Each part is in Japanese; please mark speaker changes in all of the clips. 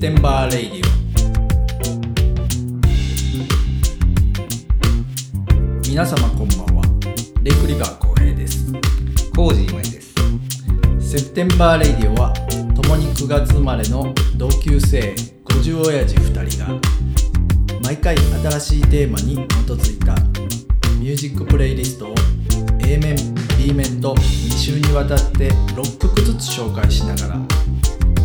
Speaker 1: テンバーレイディオ皆様こんばんはレイクリバー浩平です
Speaker 2: コージーまいです。
Speaker 1: セプテンバーレイディオは共に9月生まれの同級生50親父2人が毎回新しいテーマに基づいたミュージックプレイリストを A 面 B 面と2週にわたって6曲ずつ紹介しながら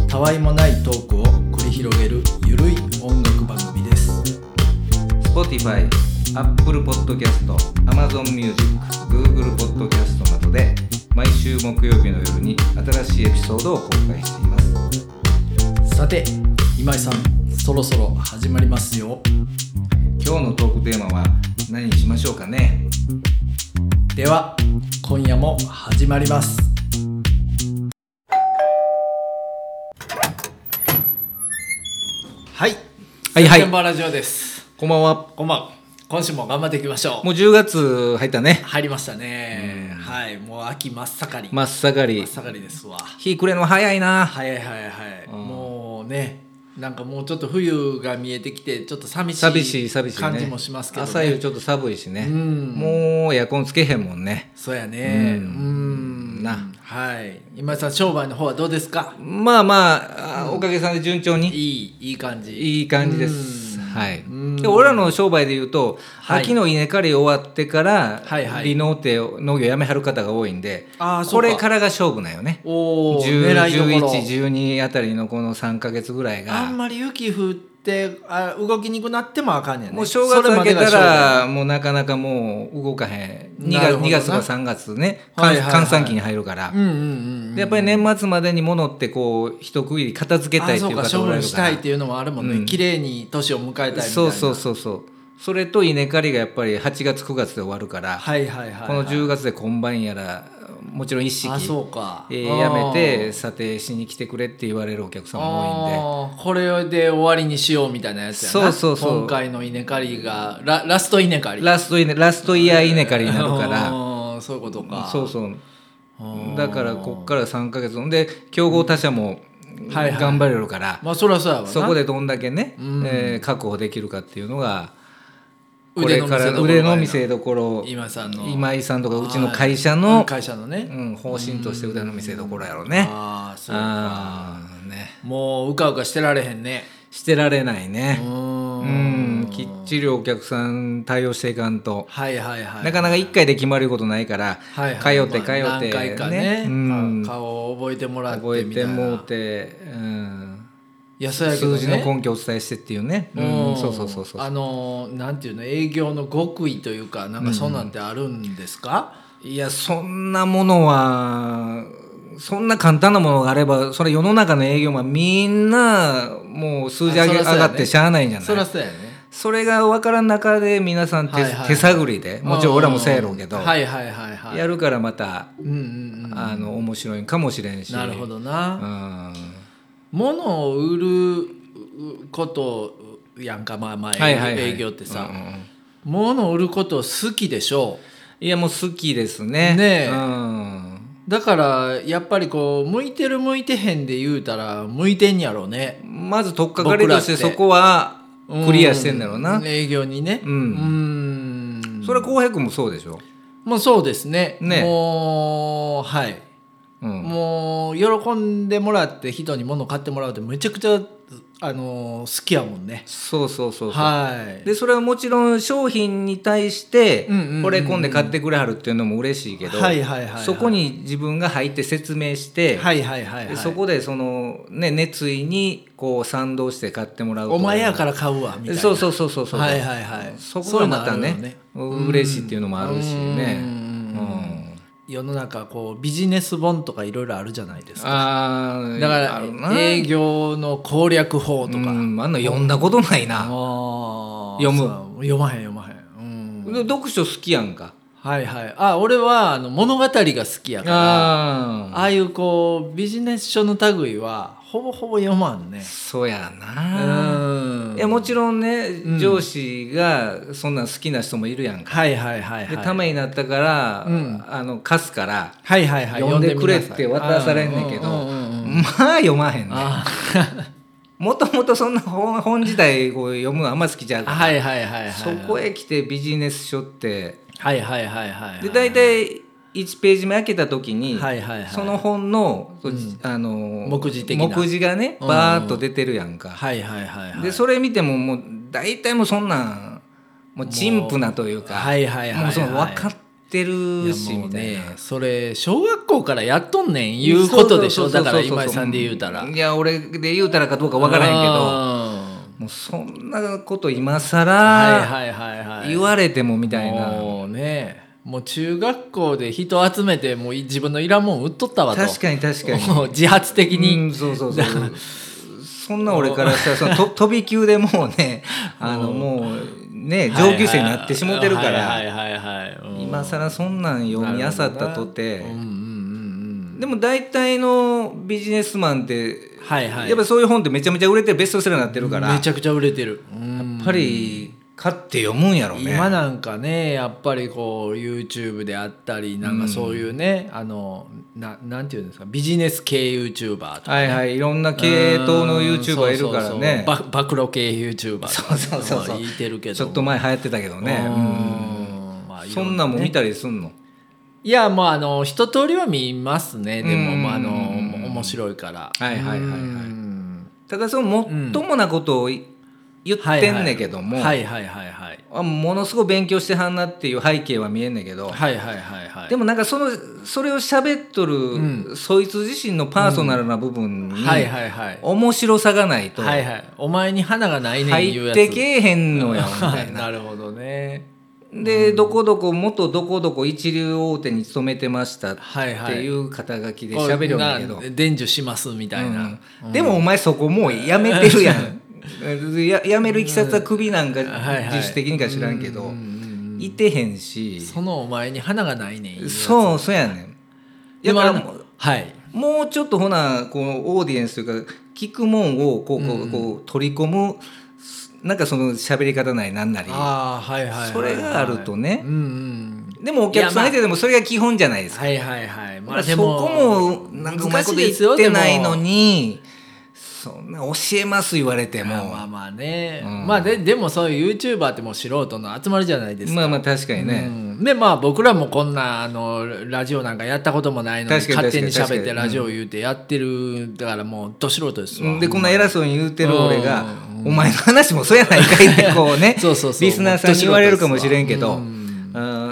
Speaker 1: たわいもないトークを繰り広げるゆるい音楽番組です
Speaker 2: Spotify、Apple Podcast、Amazon Music、Google Podcast などで毎週木曜日の夜に新しいエピソードを公開しています。
Speaker 1: さて今井さんそろそろ始まりますよ
Speaker 2: 今日のトークテーマは何にしましょうかね
Speaker 1: では今夜も始まりますはい
Speaker 2: はいは
Speaker 1: セ
Speaker 2: い
Speaker 1: プテンバーラジオです
Speaker 2: こんばんは。
Speaker 1: こんばんは今週も頑張っていきましょう
Speaker 2: もう10月入ったね。
Speaker 1: 入りましたね
Speaker 2: うん
Speaker 1: はいもう秋真っ盛り
Speaker 2: 真っ盛り
Speaker 1: 真っ。盛りですわ
Speaker 2: 日暮れるの早いな。
Speaker 1: はいはいはい、
Speaker 2: うん
Speaker 1: もうねなんかもうちょっと冬が見えてきてちょっと寂しい
Speaker 2: 寂しい寂しいね。
Speaker 1: 感じもしますけど、ね、
Speaker 2: 朝夕ちょっと寒いしね。
Speaker 1: うん
Speaker 2: もうエアコンつけへんもんね。
Speaker 1: そうやね。う
Speaker 2: うん
Speaker 1: ん。
Speaker 2: な
Speaker 1: はい。今井さん、商売の方はどうですか
Speaker 2: まあまああ、おかげさんで順調に
Speaker 1: いい、いい感じ。
Speaker 2: いい感じです。
Speaker 1: うん
Speaker 2: はい
Speaker 1: うん。
Speaker 2: で、俺らの商売で言うと、
Speaker 1: はい
Speaker 2: 秋の稲刈り終わってから、
Speaker 1: はいはい
Speaker 2: 離農って農業やめはる方が多いんで、
Speaker 1: あーそう
Speaker 2: こ
Speaker 1: か
Speaker 2: れからが勝負なんよね。
Speaker 1: おお、
Speaker 2: 10、
Speaker 1: 狙いどころ。
Speaker 2: 11、12あたりのこの3ヶ月ぐらい
Speaker 1: あん
Speaker 2: が、
Speaker 1: まり雪降って、あ動きにくくなってもあかんねんね。
Speaker 2: もう正月明けたら、もうなかなかもう動かへん。2
Speaker 1: なるほ
Speaker 2: 月
Speaker 1: どな
Speaker 2: 2月とか3月ね、
Speaker 1: はいはい
Speaker 2: 閑
Speaker 1: はい
Speaker 2: 閑散期に入るから
Speaker 1: それまでが勝負、。うんうんうん。
Speaker 2: でやっぱり年末までに物ってこう一区切り片付け
Speaker 1: あ、
Speaker 2: たいって
Speaker 1: そ
Speaker 2: いうう
Speaker 1: か、
Speaker 2: 方
Speaker 1: 処
Speaker 2: おられ
Speaker 1: 分
Speaker 2: る
Speaker 1: し
Speaker 2: か
Speaker 1: た
Speaker 2: ら
Speaker 1: いっていうのもあるもん
Speaker 2: う
Speaker 1: ね。
Speaker 2: ん
Speaker 1: 綺麗に年を迎えたいみたいな。
Speaker 2: そうそう
Speaker 1: う。
Speaker 2: そうそうそれと稲刈りがやっぱり8月9月で終わるから、
Speaker 1: はいはいはい。
Speaker 2: この10月でコンバインやらもちろん一式
Speaker 1: あ、そうか。
Speaker 2: えーやめて査定しに来てくれって言われるお客
Speaker 1: あ
Speaker 2: さんも多いんで
Speaker 1: ー、これで終わりにしようみたいなやつやな。
Speaker 2: そうそうそう
Speaker 1: 今回の稲刈りが、ララスト稲刈り。
Speaker 2: ラスト稲ラストイヤー稲刈りになるから
Speaker 1: らそういうことか
Speaker 2: そうそう
Speaker 1: うん
Speaker 2: だからこっから3ヶ月ほんで競合他社も
Speaker 1: はいはい
Speaker 2: 頑張れるから、
Speaker 1: まあそりゃそうやわな
Speaker 2: そこでどんだけね、
Speaker 1: うん
Speaker 2: えー確保できるかっていうのがこ
Speaker 1: 腕
Speaker 2: れ
Speaker 1: の見せ
Speaker 2: から
Speaker 1: 所
Speaker 2: 腕の見せどころ
Speaker 1: 今井さんの
Speaker 2: 今井さんとかうちの会社
Speaker 1: の
Speaker 2: の
Speaker 1: 会社のね、
Speaker 2: うん、方針として腕の見せ所やろうね。
Speaker 1: ああそう
Speaker 2: ああね。
Speaker 1: もううかうかしてられへんね
Speaker 2: してられないうね。
Speaker 1: ー
Speaker 2: うんん、きっちりお客さん対応していかんと。
Speaker 1: はいはいはい
Speaker 2: なかなか1回で決まることないから、
Speaker 1: はい
Speaker 2: 通
Speaker 1: はい
Speaker 2: って通
Speaker 1: まあ
Speaker 2: っ
Speaker 1: 何回
Speaker 2: て
Speaker 1: かね
Speaker 2: うん
Speaker 1: か顔を覚えてもらって
Speaker 2: 覚え
Speaker 1: みた
Speaker 2: て
Speaker 1: いな
Speaker 2: もうて、うん、
Speaker 1: いやそうやけどね
Speaker 2: 数字の根拠をお伝えしてっていうね。うん、そうそうそうそう。
Speaker 1: あのーなんていうの営業の極意というかなんかそんなんてあるんですか、
Speaker 2: いやそんなものはそんな簡単なものがあればそれ世の中の営業マンみんなもう数字上げ
Speaker 1: あそらそ
Speaker 2: 上
Speaker 1: うやね
Speaker 2: がってしゃあないんじゃ
Speaker 1: そり
Speaker 2: な
Speaker 1: ゃ
Speaker 2: い
Speaker 1: そうやね
Speaker 2: それが分からん中で皆さん手,、
Speaker 1: はいはい
Speaker 2: 手探りでもちろん俺らもそうやろうけど、
Speaker 1: んんはいはいはいはい
Speaker 2: やるからまた、
Speaker 1: うんうんうん
Speaker 2: あの面白いんかもしれんし
Speaker 1: なるほど
Speaker 2: う
Speaker 1: な、
Speaker 2: ん
Speaker 1: 物を売ることやんかまあまあ、
Speaker 2: はいはいはい
Speaker 1: 営業ってさ、
Speaker 2: うんうんうん
Speaker 1: 物を売ること好きでしょ
Speaker 2: いやもう好きです
Speaker 1: ね
Speaker 2: ね
Speaker 1: え
Speaker 2: うん
Speaker 1: うだからやっぱりこう向いてる向いてへんで言うたら向いてんやろうね
Speaker 2: まず取っかかりとして
Speaker 1: 僕らっ
Speaker 2: そ
Speaker 1: て
Speaker 2: こは
Speaker 1: うん
Speaker 2: クリアしてんだろうな、
Speaker 1: 営業にね
Speaker 2: うん
Speaker 1: うん
Speaker 2: それは浩平君もそうでしょ、
Speaker 1: もうそうですね
Speaker 2: ね
Speaker 1: もうはい、
Speaker 2: うん、
Speaker 1: もう喜んでもらって人に物買ってもらうってめちゃくちゃあの好きやもんね
Speaker 2: そうそうそうそう、
Speaker 1: はい
Speaker 2: でそれはもちろん商品に対して
Speaker 1: うんうんうんうん
Speaker 2: 惚れ込んで買ってくれはるっていうのも嬉しいけど、
Speaker 1: はいはいはいはい
Speaker 2: そこに自分が入って説明して、
Speaker 1: はいはいはい、は
Speaker 2: で
Speaker 1: い、
Speaker 2: そこでその、ね、熱意にこう賛同して買ってもらうと
Speaker 1: お前やから買うわみたいな
Speaker 2: そうそうそうそうそう、
Speaker 1: はいはいはい
Speaker 2: そこがまたね
Speaker 1: そういうのあるよ
Speaker 2: 嬉しいっていうのもあるしね
Speaker 1: うん
Speaker 2: うん
Speaker 1: 世の中こうビジネス本とかいろいろあるじゃないですか
Speaker 2: あー
Speaker 1: だ
Speaker 2: あ
Speaker 1: か
Speaker 2: るな
Speaker 1: ら営業の攻略法とか、
Speaker 2: うん、あんな読んだことないな、
Speaker 1: あー
Speaker 2: 読む
Speaker 1: そう読まへん読まへん、うん、
Speaker 2: で読書好きやんか
Speaker 1: はいはいあ俺はあの物語が好きやからあ
Speaker 2: ああ
Speaker 1: あいうこうビジネス書の類はほぼほぼ読まんね
Speaker 2: そうや
Speaker 1: う
Speaker 2: な、
Speaker 1: ん
Speaker 2: いやもちろんね、
Speaker 1: ん
Speaker 2: 上司がそんなん好きな人もいるやんか、
Speaker 1: はいはいはいはい
Speaker 2: でためになったから、
Speaker 1: うん
Speaker 2: あの貸すから
Speaker 1: はいはいはい
Speaker 2: 読んでくれっ
Speaker 1: 読
Speaker 2: て
Speaker 1: みなさい
Speaker 2: 渡されんねんけ
Speaker 1: う
Speaker 2: ど
Speaker 1: んうんうんうん
Speaker 2: まあ読まへんね
Speaker 1: あ
Speaker 2: もともとそんな本本自体を読むのあんま好きじゃん、
Speaker 1: はいはいはいはい
Speaker 2: そこへ来てビジネス書って
Speaker 1: はいはいはいはい
Speaker 2: で大体1ページ目開けた時に、
Speaker 1: はいはいはい
Speaker 2: その本の、そあの
Speaker 1: 目次的な
Speaker 2: 目次がね
Speaker 1: うん
Speaker 2: バーッと出てるやんか、
Speaker 1: はいはいはいはい
Speaker 2: でそれ見てももう大体もうそんなんもう陳腐なというか
Speaker 1: はいはいはいはい
Speaker 2: もうその分かって
Speaker 1: い
Speaker 2: る
Speaker 1: や
Speaker 2: し
Speaker 1: もう
Speaker 2: みたい
Speaker 1: ね
Speaker 2: な。
Speaker 1: それ小学校からやっとんねんいうことでしょ
Speaker 2: そうそうそうそう
Speaker 1: だから今井さんで言うたら
Speaker 2: いや俺で言うたらかどうか分からへんけど
Speaker 1: ど
Speaker 2: もうそんなこと今
Speaker 1: はい
Speaker 2: 更
Speaker 1: はいはいはい
Speaker 2: 言われてもみたいな、
Speaker 1: もうねもう中学校で人集めてもう自分のいらんもん売っとったわと
Speaker 2: 確かに確かに
Speaker 1: もう自発的に、
Speaker 2: うんそうそうそうそんな俺からしたらそのと飛び級でもう ねあのもうね上級生になってしもてるか
Speaker 1: はい
Speaker 2: ら
Speaker 1: はいはいはい、うん
Speaker 2: 今更そんなん読み漁ったとて
Speaker 1: うんうんうんうん
Speaker 2: でも大体のビジネスマンって
Speaker 1: はいはい
Speaker 2: やっぱそういう本ってめちゃめちゃ売れてるベストセラーになってるからや
Speaker 1: めちゃくちゃ売れてる、うん
Speaker 2: っぱり買って読むんやろうね
Speaker 1: 今なんかねやっぱりこう YouTube であったりなんかそういうね、あのななんていうんですかビジネス系 YouTuber とか
Speaker 2: はいはいいろんな系統の YouTuber いるからね
Speaker 1: そうそうそうば暴露系 YouTuber とか
Speaker 2: そうそうそう
Speaker 1: 言ってるけど
Speaker 2: ちょっと前流行ってたけどね
Speaker 1: うんまあ
Speaker 2: う
Speaker 1: い
Speaker 2: ん
Speaker 1: ろ
Speaker 2: そんなんも見たりすんの
Speaker 1: いやもうあの一通りは見ますねでも、
Speaker 2: うん
Speaker 1: まあ、あの面白いから
Speaker 2: はいはいはいはい
Speaker 1: うん
Speaker 2: ただそのもっともなことをい言ってんねんけども、
Speaker 1: はいはいはいはい
Speaker 2: あものすごい勉強してはんなっていう背景は見えんねんけど、
Speaker 1: はいはいはいはい
Speaker 2: でもなんかそのそれを喋っとる、そいつ自身のパーソナルな部分に
Speaker 1: はいはいはい
Speaker 2: 面白さがないと
Speaker 1: はいはいお前に花がないねん言う
Speaker 2: 入
Speaker 1: やつ
Speaker 2: ってけえへんのよみたいな。
Speaker 1: なるほどね
Speaker 2: でどこどこ元どこどこ一流大手に勤めてましたっ
Speaker 1: はいはい
Speaker 2: ていう肩書きで喋るんだけど、
Speaker 1: こうな伝授しますみたいな、
Speaker 2: うんでもお前そこもうやめてるやん ややめるいきさつは首なんか
Speaker 1: はいはい
Speaker 2: 自主的にか知らんけどいてへんし
Speaker 1: そのお前に花がないねん言う
Speaker 2: そうそうやねん
Speaker 1: で
Speaker 2: だ
Speaker 1: も
Speaker 2: か
Speaker 1: あ
Speaker 2: ら
Speaker 1: の
Speaker 2: もう
Speaker 1: はい
Speaker 2: もうちょっとほなこのオーディエンスというか聞くもんをこうこうこう取り込むなんかその喋り方なりなんなり
Speaker 1: ああはいはいはいはい
Speaker 2: それがあるとね
Speaker 1: うんうん
Speaker 2: でもお客さん相手でもそれが基本じゃないですか
Speaker 1: はいはいはいまあで
Speaker 2: そ
Speaker 1: も
Speaker 2: こもなんかうまいこと言ってないのにそんな教えます言われても
Speaker 1: まあまあまあね、
Speaker 2: うん
Speaker 1: まあででもそういう YouTuber ってもう素人の集まりじゃないですか、
Speaker 2: まあまあ確かに
Speaker 1: う
Speaker 2: ね、
Speaker 1: んでまあ僕らもこんなあのラジオなんかやったこともないのに
Speaker 2: 確かに
Speaker 1: 勝手に
Speaker 2: 確かに
Speaker 1: 喋ってラジオ言うてやってるだからもうど素人ですわ、
Speaker 2: でこんな偉そうに言うてる俺が
Speaker 1: う
Speaker 2: 「お前の話もそうやないかい」ってこうね
Speaker 1: そうそうそう
Speaker 2: リスナーさんに言われるかもしれんけど、
Speaker 1: う
Speaker 2: うん
Speaker 1: うんうんう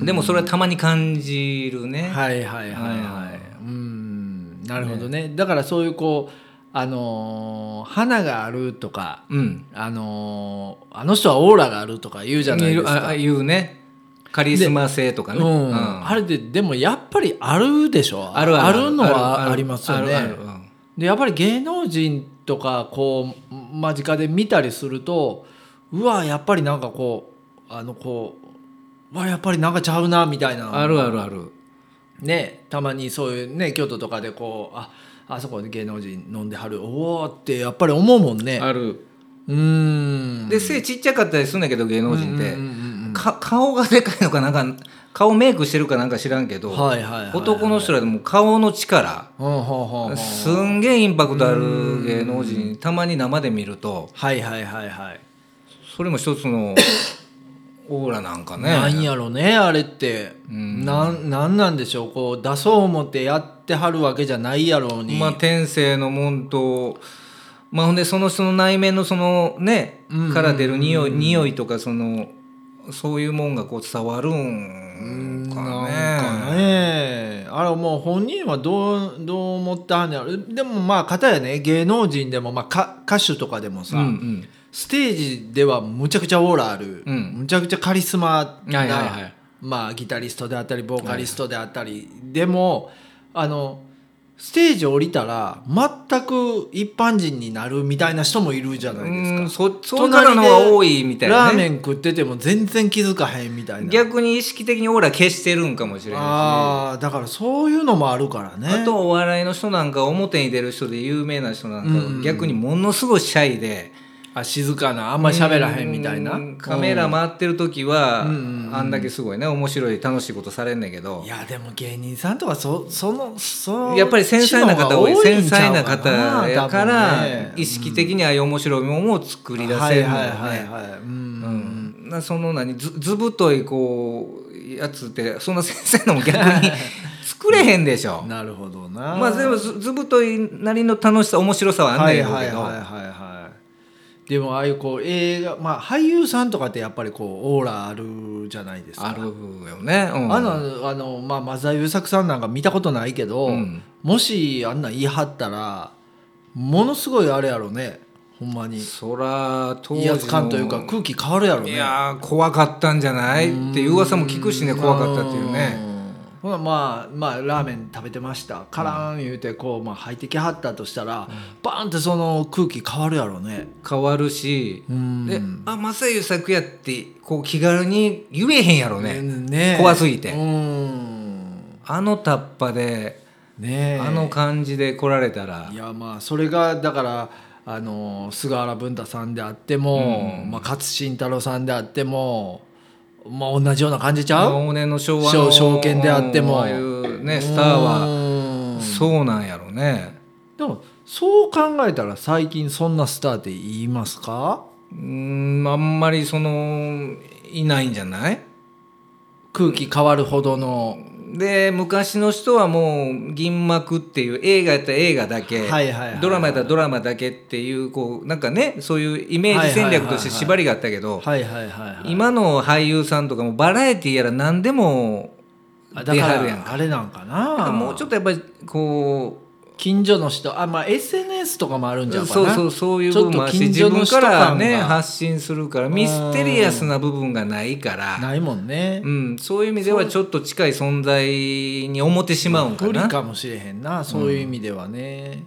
Speaker 1: ん
Speaker 2: でもそれはたまに感じるね、
Speaker 1: はいはいはいはいうんなるほどねだからそういうこうあのー花があるとか
Speaker 2: うん
Speaker 1: あのーあの人はオーラがあるとか言うじゃないです
Speaker 2: あ
Speaker 1: か
Speaker 2: あいうねカリスマ性とかね、
Speaker 1: うん
Speaker 2: うん
Speaker 1: あれででもやっぱりあるでしょ
Speaker 2: あるある
Speaker 1: あるの
Speaker 2: あ
Speaker 1: は
Speaker 2: る
Speaker 1: ありますよね
Speaker 2: あるあるうん
Speaker 1: でやっぱり芸能人とかこう間近で見たりするとうわやっぱりなんかこうあのこううわやっぱりなんかちゃうなみたいな
Speaker 2: あるあるある
Speaker 1: ねたまにそういうね京都とかでこうああそこで芸能人飲んではるおおってやっぱり思うもんね
Speaker 2: ある
Speaker 1: うーん
Speaker 2: で背ちっちゃかったりするんだけど芸能人って、
Speaker 1: うんうん
Speaker 2: か顔がでかいのかなんか顔メイクしてるかなんか知らんけど、
Speaker 1: うんはいはいはいはい
Speaker 2: 男の人らでも顔の力
Speaker 1: うんほうほうほう
Speaker 2: すんげえインパクトある芸能人たまに生で見ると
Speaker 1: はいはいはいはい
Speaker 2: それも一 つのオーラなんか
Speaker 1: なん
Speaker 2: ね
Speaker 1: やろねあれって、
Speaker 2: うん
Speaker 1: なんなんなんでしょうこう出そう思ってやってはるわけじゃないやろうに、
Speaker 2: まあ天性のもんとまあほんでその人の内面のそのねから出る匂い匂いとかそのそういうもんがこう伝わるんか
Speaker 1: なんか
Speaker 2: ね
Speaker 1: ねあれもう本人はどうどう思ってはんねやろでもまあ方やね芸能人でも、まあ、か歌手とかでもさ、
Speaker 2: うんうん
Speaker 1: ステージではむちゃくちゃオーラある、
Speaker 2: うん
Speaker 1: むちゃくちゃカリスマな、
Speaker 2: はいはいはい
Speaker 1: まあ、ギタリストであったりボーカリストであったり、でもあのステージ降りたら全く一般人になるみたいな人もいるじゃないですか。
Speaker 2: うんそそうなるのが多いみたいな
Speaker 1: ラ
Speaker 2: ね
Speaker 1: ーメン食ってても全然気づかへんみたいな
Speaker 2: 逆に意識的にオーラ消してるんかもしれないしあ
Speaker 1: ああだからそういうのもあるからね
Speaker 2: とお笑いの人なんか表に出る人で有名な人なん
Speaker 1: うんう
Speaker 2: か
Speaker 1: ん
Speaker 2: 逆にものすごいシャイで
Speaker 1: あ静かなあんま喋らへんみたいな
Speaker 2: うんカメラ
Speaker 1: マ
Speaker 2: 回ってる時は、
Speaker 1: うんうんうん
Speaker 2: あんだけすごいね面白い楽しいことされんねんけど
Speaker 1: いやでも芸人さんとかそそのそ
Speaker 2: やっぱり繊細な方多い繊細な方やから、意識
Speaker 1: に
Speaker 2: 的にああいう面白いものを作り出せるの
Speaker 1: はい
Speaker 2: よ
Speaker 1: はいはい
Speaker 2: ね
Speaker 1: はい、うん
Speaker 2: うんなその何ずずぶといこうやつってそんな先生のも逆に 作れへんでしょ。
Speaker 1: なるほどな
Speaker 2: まあでもずずぶといなりの楽しさ面白さはあん
Speaker 1: は
Speaker 2: ねん
Speaker 1: い
Speaker 2: やろう
Speaker 1: はいはい
Speaker 2: けど、
Speaker 1: はいはいでもああいうこう映画まあ俳優さんとかってやっぱりこうオーラあるじゃないですか
Speaker 2: あるよね。うん
Speaker 1: あのあの、まあ、松田優作さんなんか見たことないけど、
Speaker 2: うん
Speaker 1: もしあんなん言い張ったらものすごいあれやろねほんまに
Speaker 2: そら当時
Speaker 1: 威
Speaker 2: の
Speaker 1: 圧感というか空気変わるやろね
Speaker 2: いやー怖かったんじゃないっていう噂も聞くしね怖かったっていうね。
Speaker 1: うんほなまあまあラーメン食べてましたからん言うてこう、まあ、入ってきはったとしたら、バーンってその空気変わるやろね
Speaker 2: 変わるし、
Speaker 1: うん
Speaker 2: であ正優作やってこう気軽に言えへんやろね。
Speaker 1: ね
Speaker 2: 怖すぎて
Speaker 1: うん
Speaker 2: あのタッパで、
Speaker 1: ねえ
Speaker 2: あの感じで来られたら
Speaker 1: いやまあそれがだからあの菅原文太さんであっても、まあ、勝新太郎さんであっても、まあ、同じような感じちゃう
Speaker 2: 往年の昭和
Speaker 1: 証
Speaker 2: の
Speaker 1: 証券であっても
Speaker 2: ああいうねスターは
Speaker 1: うん
Speaker 2: そうなんやろね。
Speaker 1: でもそう考えたら最近そんなスターって言いますか
Speaker 2: うんあんまりそのいないんじゃない
Speaker 1: 空気変わるほどの、
Speaker 2: で昔の人はもう銀幕っていう映画やったら映画だけ、
Speaker 1: はいはいはい
Speaker 2: ドラマやったらドラマだけっていうこうなんかねそういうイメージ戦略として縛りがあったけど、
Speaker 1: はいはいはいはい
Speaker 2: 今の俳優さんとかもバラエティやら何でも
Speaker 1: あだ
Speaker 2: 出
Speaker 1: か
Speaker 2: はるやんから
Speaker 1: あれなんか
Speaker 2: だから
Speaker 1: な
Speaker 2: もうちょっとやっぱりこ
Speaker 1: 近所の人あまあ SNS とかもあるん
Speaker 2: う
Speaker 1: じゃんか
Speaker 2: そ
Speaker 1: な
Speaker 2: うそうそういう部分もあるし
Speaker 1: ちょっと
Speaker 2: 自
Speaker 1: 近所の
Speaker 2: 分
Speaker 1: 人
Speaker 2: からね
Speaker 1: 感が
Speaker 2: 発信するからミステリアスな部分がないから、
Speaker 1: ないもんね
Speaker 2: うん、そういう意味ではちょっと近い存在に思ってしまうんか
Speaker 1: 不利
Speaker 2: な。
Speaker 1: かもしれへんなそういう意味ではね、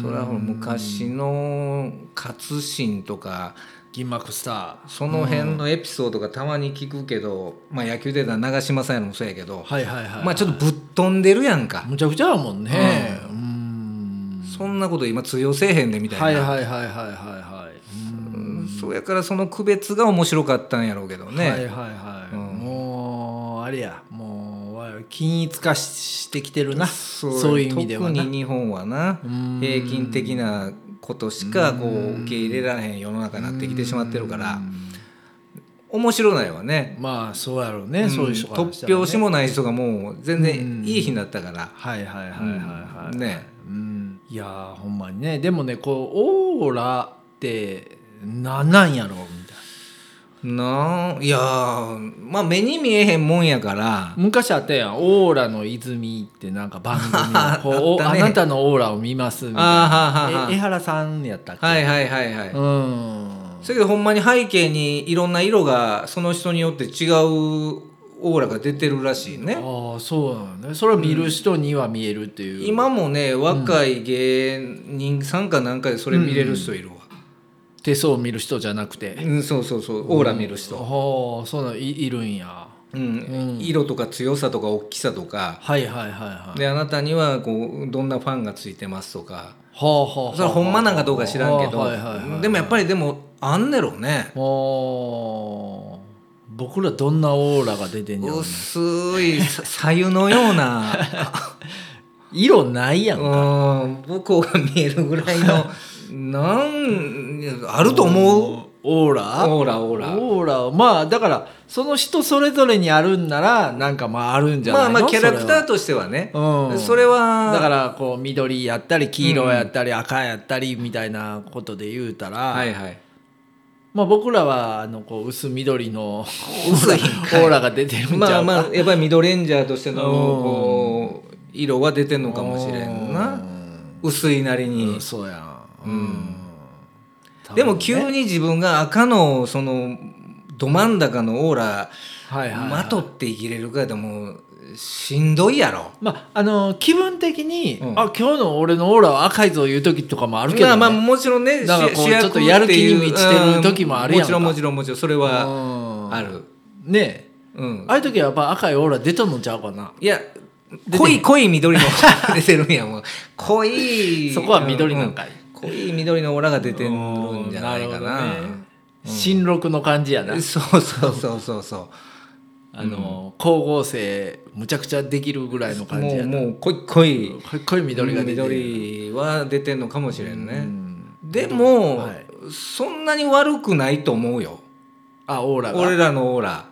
Speaker 2: それはほら昔の勝新とか
Speaker 1: 銀幕スター
Speaker 2: その辺のエピソードがたまに聞くけど、まあ野球で言ったら長嶋さんやのもそうやけど、
Speaker 1: はいはいはい、
Speaker 2: まあちょっとぶっ飛んでるやんか、
Speaker 1: むちゃくちゃやもんねうん
Speaker 2: そんなこと今通用せえへんでみたいな、
Speaker 1: はいはいはいはいはいはい
Speaker 2: うんそうやからその区別が面白かったんやろうけど
Speaker 1: うん
Speaker 2: ね、
Speaker 1: はいはいはい、
Speaker 2: うん
Speaker 1: もうあれやもう我々均一化ししてきてるなそういう意味ではな
Speaker 2: 特に日本はな
Speaker 1: うん
Speaker 2: 平均的なことしかこう受け入れられへん世の中になってきてしまってるから面白ないわね
Speaker 1: まあそうやろうね、そういう人からた
Speaker 2: 突
Speaker 1: らね
Speaker 2: 拍子もない人がもう全然いい日になったから、
Speaker 1: はいはいはいはいはい、
Speaker 2: ね
Speaker 1: うんいやーほんまにねでもねこうオーラってなんなんやろうみたいな
Speaker 2: なんいやーまあ目に見えへんもんやから
Speaker 1: 昔あったやん「オーラの泉」ってなんか番組のこう
Speaker 2: あ
Speaker 1: お
Speaker 2: った
Speaker 1: あ,、
Speaker 2: ね
Speaker 1: なたのオーラを見ますみたいな
Speaker 2: あーはーはーは
Speaker 1: え江
Speaker 2: ー
Speaker 1: 原さんやったっけ、
Speaker 2: はいはいはいはい、
Speaker 1: うん
Speaker 2: それけどほんまに背景にいろんな色がその人によって違うオーラが出てるらしいね
Speaker 1: ああそうなのねそれを見る人には見えるっていう、っ
Speaker 2: 今もね若い芸人さんかなんかでそれ見れる人いるわ、
Speaker 1: 手相を見る人じゃなくて
Speaker 2: うんそうそうそうオーラ見る人、
Speaker 1: はあそうなのいいるんや
Speaker 2: うん色とか強さとか大きさとか
Speaker 1: はいはいはいはい
Speaker 2: であなたにはこうどんなファンがついてますとか
Speaker 1: はあはあはあ
Speaker 2: それはほんまなんかどうか知らんけど
Speaker 1: はいはいはい
Speaker 2: でもやっぱりでもあんねろね
Speaker 1: おー僕らどんなオーラが出てんじゃん
Speaker 2: 薄いさ白湯のよ うな
Speaker 1: 色ないや、
Speaker 2: うんん僕が見えるぐらいのなんあると思う
Speaker 1: オー
Speaker 2: オ
Speaker 1: ラ
Speaker 2: ーラオーラ
Speaker 1: オーラをまあだからその人それぞれにあるんならなんかまああるんじゃな
Speaker 2: ま
Speaker 1: い
Speaker 2: あ
Speaker 1: の
Speaker 2: まあキャラクター
Speaker 1: ー
Speaker 2: としてはね
Speaker 1: うん
Speaker 2: それは
Speaker 1: だからこう緑やったり黄色やったり赤やったりみたいなことで言うたら、
Speaker 2: はいはい
Speaker 1: まあ、僕らはあのこう薄緑のオ
Speaker 2: 薄い
Speaker 1: ー ラオーラが出てるんちゃう
Speaker 2: まあ
Speaker 1: あ
Speaker 2: まあやっぱりミドレンジャーとしてのこう色は出てんのかもしれんな薄いなりに
Speaker 1: そうやん、多分ね
Speaker 2: でも急に自分が赤のそのど真ん中のオーラ
Speaker 1: はいはい、はい、
Speaker 2: まとって生きれるかでもしんどいやろ。
Speaker 1: まああの気分的に、
Speaker 2: うん
Speaker 1: あ今日の俺のオーラは赤いぞいう時とかもあるけど、
Speaker 2: ま
Speaker 1: ね、
Speaker 2: あまあもちろんね
Speaker 1: だから
Speaker 2: 主
Speaker 1: こう
Speaker 2: 主役
Speaker 1: ちょっとやる気に満ちてる
Speaker 2: うん
Speaker 1: 時もあるやんか
Speaker 2: もちろんもちろんもちろんそれは
Speaker 1: うん
Speaker 2: ある。
Speaker 1: ねえ
Speaker 2: うん、
Speaker 1: ああいう時はやっぱ赤いオーラ出とんのちゃうかな。
Speaker 2: いや濃い濃い緑の出てるんやもう濃い
Speaker 1: そこは緑なんかい
Speaker 2: うん濃い緑のオーラが出てるんじゃない
Speaker 1: う
Speaker 2: かな
Speaker 1: んるほどね新録の感じやな、
Speaker 2: そうそうそうそうそ
Speaker 1: あの光合成むちゃくちゃできるぐらいの
Speaker 2: う
Speaker 1: 感じ
Speaker 2: も
Speaker 1: や
Speaker 2: う
Speaker 1: な
Speaker 2: もう濃い濃い
Speaker 1: かっこいい緑が出てる
Speaker 2: 緑は出てんのかもしれん
Speaker 1: う
Speaker 2: ね、
Speaker 1: ん
Speaker 2: でも、
Speaker 1: はい
Speaker 2: そんなに悪くないと思うよ
Speaker 1: あオーラが
Speaker 2: 俺らのオーラ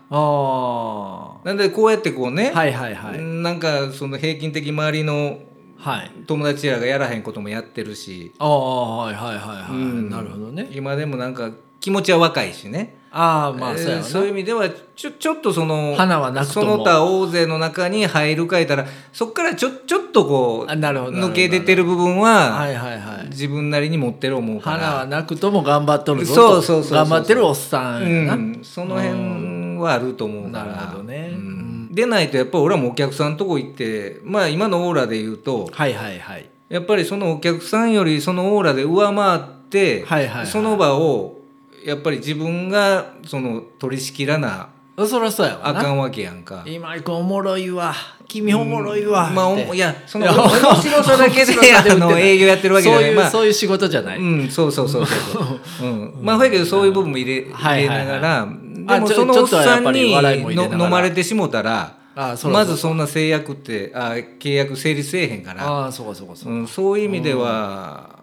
Speaker 1: あ
Speaker 2: なんでこうやってこうね、
Speaker 1: あはいはいはい、
Speaker 2: なんかその平均的周りの
Speaker 1: はい
Speaker 2: 友達やらがやらへんこともやってるし、
Speaker 1: ああはいはいはいはい、
Speaker 2: うん
Speaker 1: なるほどね
Speaker 2: 今でもなんか気持ちは若いしね
Speaker 1: ああま
Speaker 2: え
Speaker 1: あ
Speaker 2: ー
Speaker 1: そうや
Speaker 2: そういう意味ではちょちょっとその
Speaker 1: な花はなくと
Speaker 2: そ
Speaker 1: も
Speaker 2: の他大勢の中に入るかいたらそっからちょちょっとこう
Speaker 1: あなるほどなるほ
Speaker 2: 抜
Speaker 1: ど
Speaker 2: け出てる部分
Speaker 1: は
Speaker 2: はい
Speaker 1: はいはい
Speaker 2: 自分なりに持ってる思うから
Speaker 1: 花はなくとも頑張っとるぞ
Speaker 2: そう
Speaker 1: と
Speaker 2: そうそうそう
Speaker 1: 頑張ってるおっさんやな、
Speaker 2: うん、その辺はあると思うから
Speaker 1: なるほどね
Speaker 2: うん
Speaker 1: うん
Speaker 2: でないとやっぱ俺はもうお客さんのとこ行ってまあ今のオーラで言うと
Speaker 1: はいはいはい
Speaker 2: やっぱりそのお客さんよりそのオーラで上回って、
Speaker 1: はいはいはい
Speaker 2: その場をやっぱり自分がその取り仕切らな
Speaker 1: そらそうやわ
Speaker 2: あ
Speaker 1: な
Speaker 2: かんわけやんか。
Speaker 1: 今井君おもろいわ君おもろいわ、
Speaker 2: まあ、お
Speaker 1: って
Speaker 2: もいやその
Speaker 1: いや
Speaker 2: 面白さだけ
Speaker 1: 面白さ
Speaker 2: で
Speaker 1: で売
Speaker 2: あ
Speaker 1: ってない
Speaker 2: の営業やってるわけじゃ
Speaker 1: そう
Speaker 2: ない
Speaker 1: いう、
Speaker 2: まあ
Speaker 1: そういう仕事じゃない、
Speaker 2: うん、そうそうそうそうそ う、うん、まあほやけどそういう部分も入れ,、
Speaker 1: はい
Speaker 2: 入れながら、
Speaker 1: あ
Speaker 2: でも
Speaker 1: ちょ
Speaker 2: そのおっ
Speaker 1: ちょっとは
Speaker 2: さ
Speaker 1: やっぱ
Speaker 2: ん
Speaker 1: り
Speaker 2: に
Speaker 1: 笑いも入れながら
Speaker 2: の飲まれてしもたら
Speaker 1: あそら
Speaker 2: ま
Speaker 1: そう
Speaker 2: ずそんな制約ってあ契約成立せえへんから
Speaker 1: ああそうかそうかそううか、
Speaker 2: ん、そういう意味では、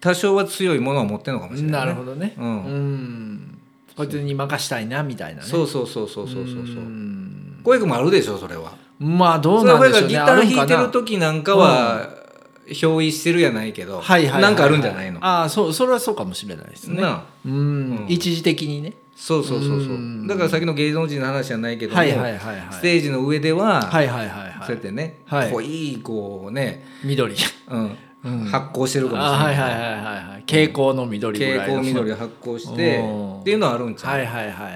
Speaker 2: 多少は強いものは持ってるのかもしれない、
Speaker 1: なるほどね
Speaker 2: う
Speaker 1: うんん、こいつに任したいなみたいなね
Speaker 2: そうそうそうそうそうそうそううん小池もあるでしょそれは
Speaker 1: まあどう
Speaker 2: それ
Speaker 1: なん
Speaker 2: は
Speaker 1: で
Speaker 2: だ
Speaker 1: し
Speaker 2: か
Speaker 1: ょ
Speaker 2: ら
Speaker 1: う
Speaker 2: ギ
Speaker 1: ね
Speaker 2: タ
Speaker 1: あるんか
Speaker 2: ー弾いてる
Speaker 1: な
Speaker 2: 時なんかは、表意してるやないけど、
Speaker 1: はいはいはい
Speaker 2: なんかあるんじゃないの、
Speaker 1: ああそうそれはそうかもしれないですね
Speaker 2: なあ
Speaker 1: うん、
Speaker 2: うん
Speaker 1: 一時的にね
Speaker 2: そうそうそうそう
Speaker 1: うん
Speaker 2: だから先の芸能人の話じゃないけども、
Speaker 1: はいはいはいはい
Speaker 2: ステージの上では、
Speaker 1: はいはいはいは
Speaker 2: そうやっ
Speaker 1: い
Speaker 2: てね、
Speaker 1: はい
Speaker 2: 濃いこうね、
Speaker 1: 緑
Speaker 2: うん
Speaker 1: うん
Speaker 2: 発光してるかもしれ
Speaker 1: あ
Speaker 2: な
Speaker 1: はい
Speaker 2: い、
Speaker 1: はいはいはいはい蛍光の緑ぐ
Speaker 2: 蛍
Speaker 1: らいの
Speaker 2: 光緑を発光して
Speaker 1: うん
Speaker 2: っていうのはあるんちゃう、
Speaker 1: はいはいはいはいは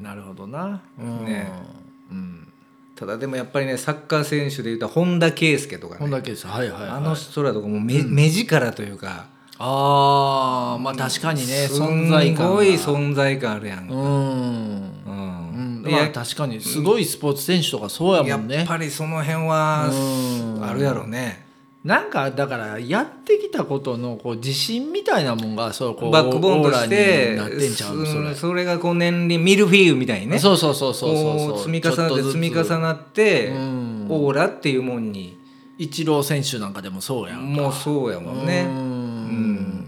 Speaker 1: い、なるほどなうん、
Speaker 2: ね
Speaker 1: うん、
Speaker 2: ただでもやっぱりねサッカー選手でいうと本田圭佑とか
Speaker 1: こん
Speaker 2: ね
Speaker 1: だけですはいはい、はい、
Speaker 2: あの人らとかもう目,、目力というか
Speaker 1: あーまあ確かにね
Speaker 2: す
Speaker 1: 存在
Speaker 2: ん
Speaker 1: 感
Speaker 2: ご
Speaker 1: が
Speaker 2: い存在感あるやん、
Speaker 1: うん
Speaker 2: う
Speaker 1: うん
Speaker 2: ん
Speaker 1: ま
Speaker 2: や
Speaker 1: あ確かにすごいスポーツ選手とかそうや
Speaker 2: や
Speaker 1: もん
Speaker 2: っ
Speaker 1: ね
Speaker 2: ぱりその辺は
Speaker 1: うん
Speaker 2: あるやろね
Speaker 1: なんかだからやってきたことのこう自信みたいなもんがそうこう
Speaker 2: バックボーンとし
Speaker 1: オー
Speaker 2: て
Speaker 1: ラになってんちゃうそれ
Speaker 2: うんそれがこう年輪ミルフィーユみたいにね
Speaker 1: そうそうそうそうそうそう
Speaker 2: こう積み重なって積み重
Speaker 1: っ
Speaker 2: なって
Speaker 1: うん
Speaker 2: オーラっていうもんに
Speaker 1: イチロー選手なんかでもそうやん
Speaker 2: もうそうやもんね
Speaker 1: う
Speaker 2: うんん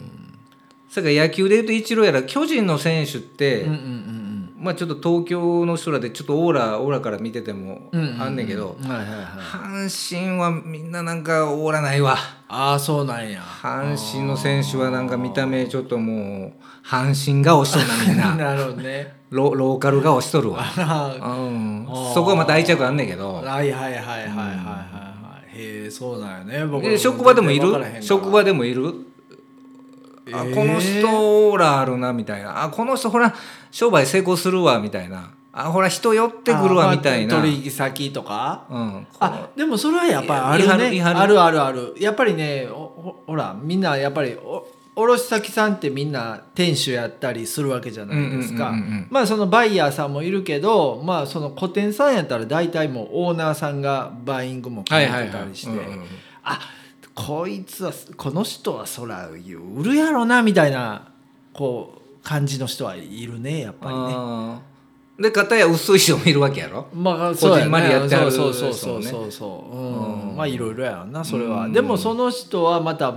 Speaker 2: それから野球でいうとイチローやら巨人の選手って、
Speaker 1: うんうんうん
Speaker 2: まあちょっと東京の人らでちょっとオーラオーラから見てても
Speaker 1: うんうん
Speaker 2: あんねんけど、
Speaker 1: うんはいはいはい
Speaker 2: 阪神はみんななんかオーラないわ
Speaker 1: ああそうなんや
Speaker 2: 阪神の選手はなんか見た目ちょっともう阪神が押しとるな みんな
Speaker 1: なるほどね
Speaker 2: ロローカルが押しとるわ、
Speaker 1: あー
Speaker 2: うん
Speaker 1: あー、
Speaker 2: そこはまた愛着あんねんけど
Speaker 1: はいはいはいはいはいはいはいへえそうなんやね僕
Speaker 2: で職場でもいる
Speaker 1: わからへんから
Speaker 2: 職場でもいる、あ
Speaker 1: えー
Speaker 2: この人オーラあるなみたいなあこの人ほら商売成功するわみたいなあほら人寄ってくるわみたい
Speaker 1: あ
Speaker 2: な、
Speaker 1: まあ取引先とか
Speaker 2: うん、
Speaker 1: あでもそれはやっぱり
Speaker 2: い
Speaker 1: あ
Speaker 2: や
Speaker 1: る
Speaker 2: い
Speaker 1: ね
Speaker 2: はるい
Speaker 1: あ
Speaker 2: はる
Speaker 1: るあるあるやっぱりねおほほらみんなやっぱりお卸先さんってみんな店主やったりするわけじゃないですか
Speaker 2: うんうんうんうん
Speaker 1: まあそのバイヤーさんもいるけどまあその個展さんやったら大体もうオーナーさんがバイングも考えてたりして、
Speaker 2: うんうん
Speaker 1: あこいつはこの人はそら売るやろなみたいなこう感じの人はいるねやっぱりね。
Speaker 2: あーで片や薄い人もいるわけやろ
Speaker 1: まあ、
Speaker 2: こ
Speaker 1: そう
Speaker 2: じんまりやってはる
Speaker 1: そうねそうそうそうそうそう、うん
Speaker 2: うん
Speaker 1: まあいろいろやろなそれ
Speaker 2: う
Speaker 1: は
Speaker 2: ん
Speaker 1: でもその人はまた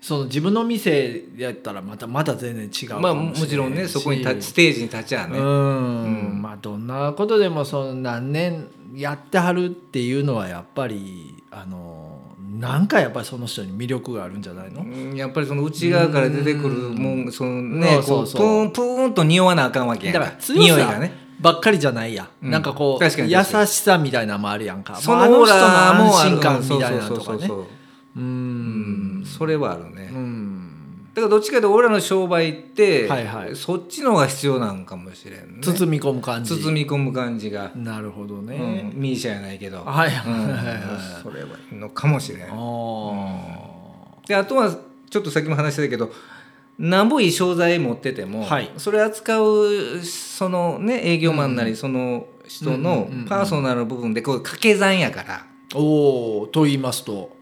Speaker 1: その自分の店やったらまたまた全然違うか
Speaker 2: まあも
Speaker 1: もしれんし
Speaker 2: ちろんねそこに立ちステージに立ちゃあね、
Speaker 1: うん、
Speaker 2: うん
Speaker 1: まあどんなことでもその何年やってはるっていうのはやっぱりあのなんかやっぱりその人に魅力があるんじゃないの、
Speaker 2: うんやっぱりその内側から出てくるもんその
Speaker 1: そう
Speaker 2: ねこ
Speaker 1: そうう
Speaker 2: プ
Speaker 1: そう
Speaker 2: ーンプーンと匂わなあかんわけやん
Speaker 1: だ
Speaker 2: か
Speaker 1: から強
Speaker 2: 匂いが
Speaker 1: さ
Speaker 2: ね
Speaker 1: ばっかりじゃないや、
Speaker 2: うん
Speaker 1: なんかこう
Speaker 2: 確かに確かに
Speaker 1: 優しさみたいなのもあるやんか
Speaker 2: そ
Speaker 1: まああ
Speaker 2: のオーラ
Speaker 1: 人の
Speaker 2: もあ
Speaker 1: 安心
Speaker 2: るうん
Speaker 1: 感
Speaker 2: そ
Speaker 1: み
Speaker 2: う
Speaker 1: たい
Speaker 2: そう
Speaker 1: な
Speaker 2: そ
Speaker 1: と
Speaker 2: うそ
Speaker 1: か
Speaker 2: う
Speaker 1: ね
Speaker 2: そう
Speaker 1: う
Speaker 2: うんんそれはあるね、
Speaker 1: うん
Speaker 2: だからどっちかというと俺らの商売って、
Speaker 1: はいはい
Speaker 2: そっちの方が必要なんかもしれんね
Speaker 1: 包み込む感じ
Speaker 2: 包み込む感じが、
Speaker 1: なるほど
Speaker 2: う
Speaker 1: ね、
Speaker 2: ん、ミーシャやないけど、
Speaker 1: はいはい
Speaker 2: うん
Speaker 1: はいはい
Speaker 2: それはいいのかもしれん
Speaker 1: ああ
Speaker 2: であとはちょっとさっきも話したけどなんぼいい商材持ってても、
Speaker 1: はい
Speaker 2: それ扱うそのね営業マンなりその
Speaker 1: う
Speaker 2: 人の
Speaker 1: んうんうんうん
Speaker 2: パーソナルの部分でこう掛け算やから、
Speaker 1: おおと言いますと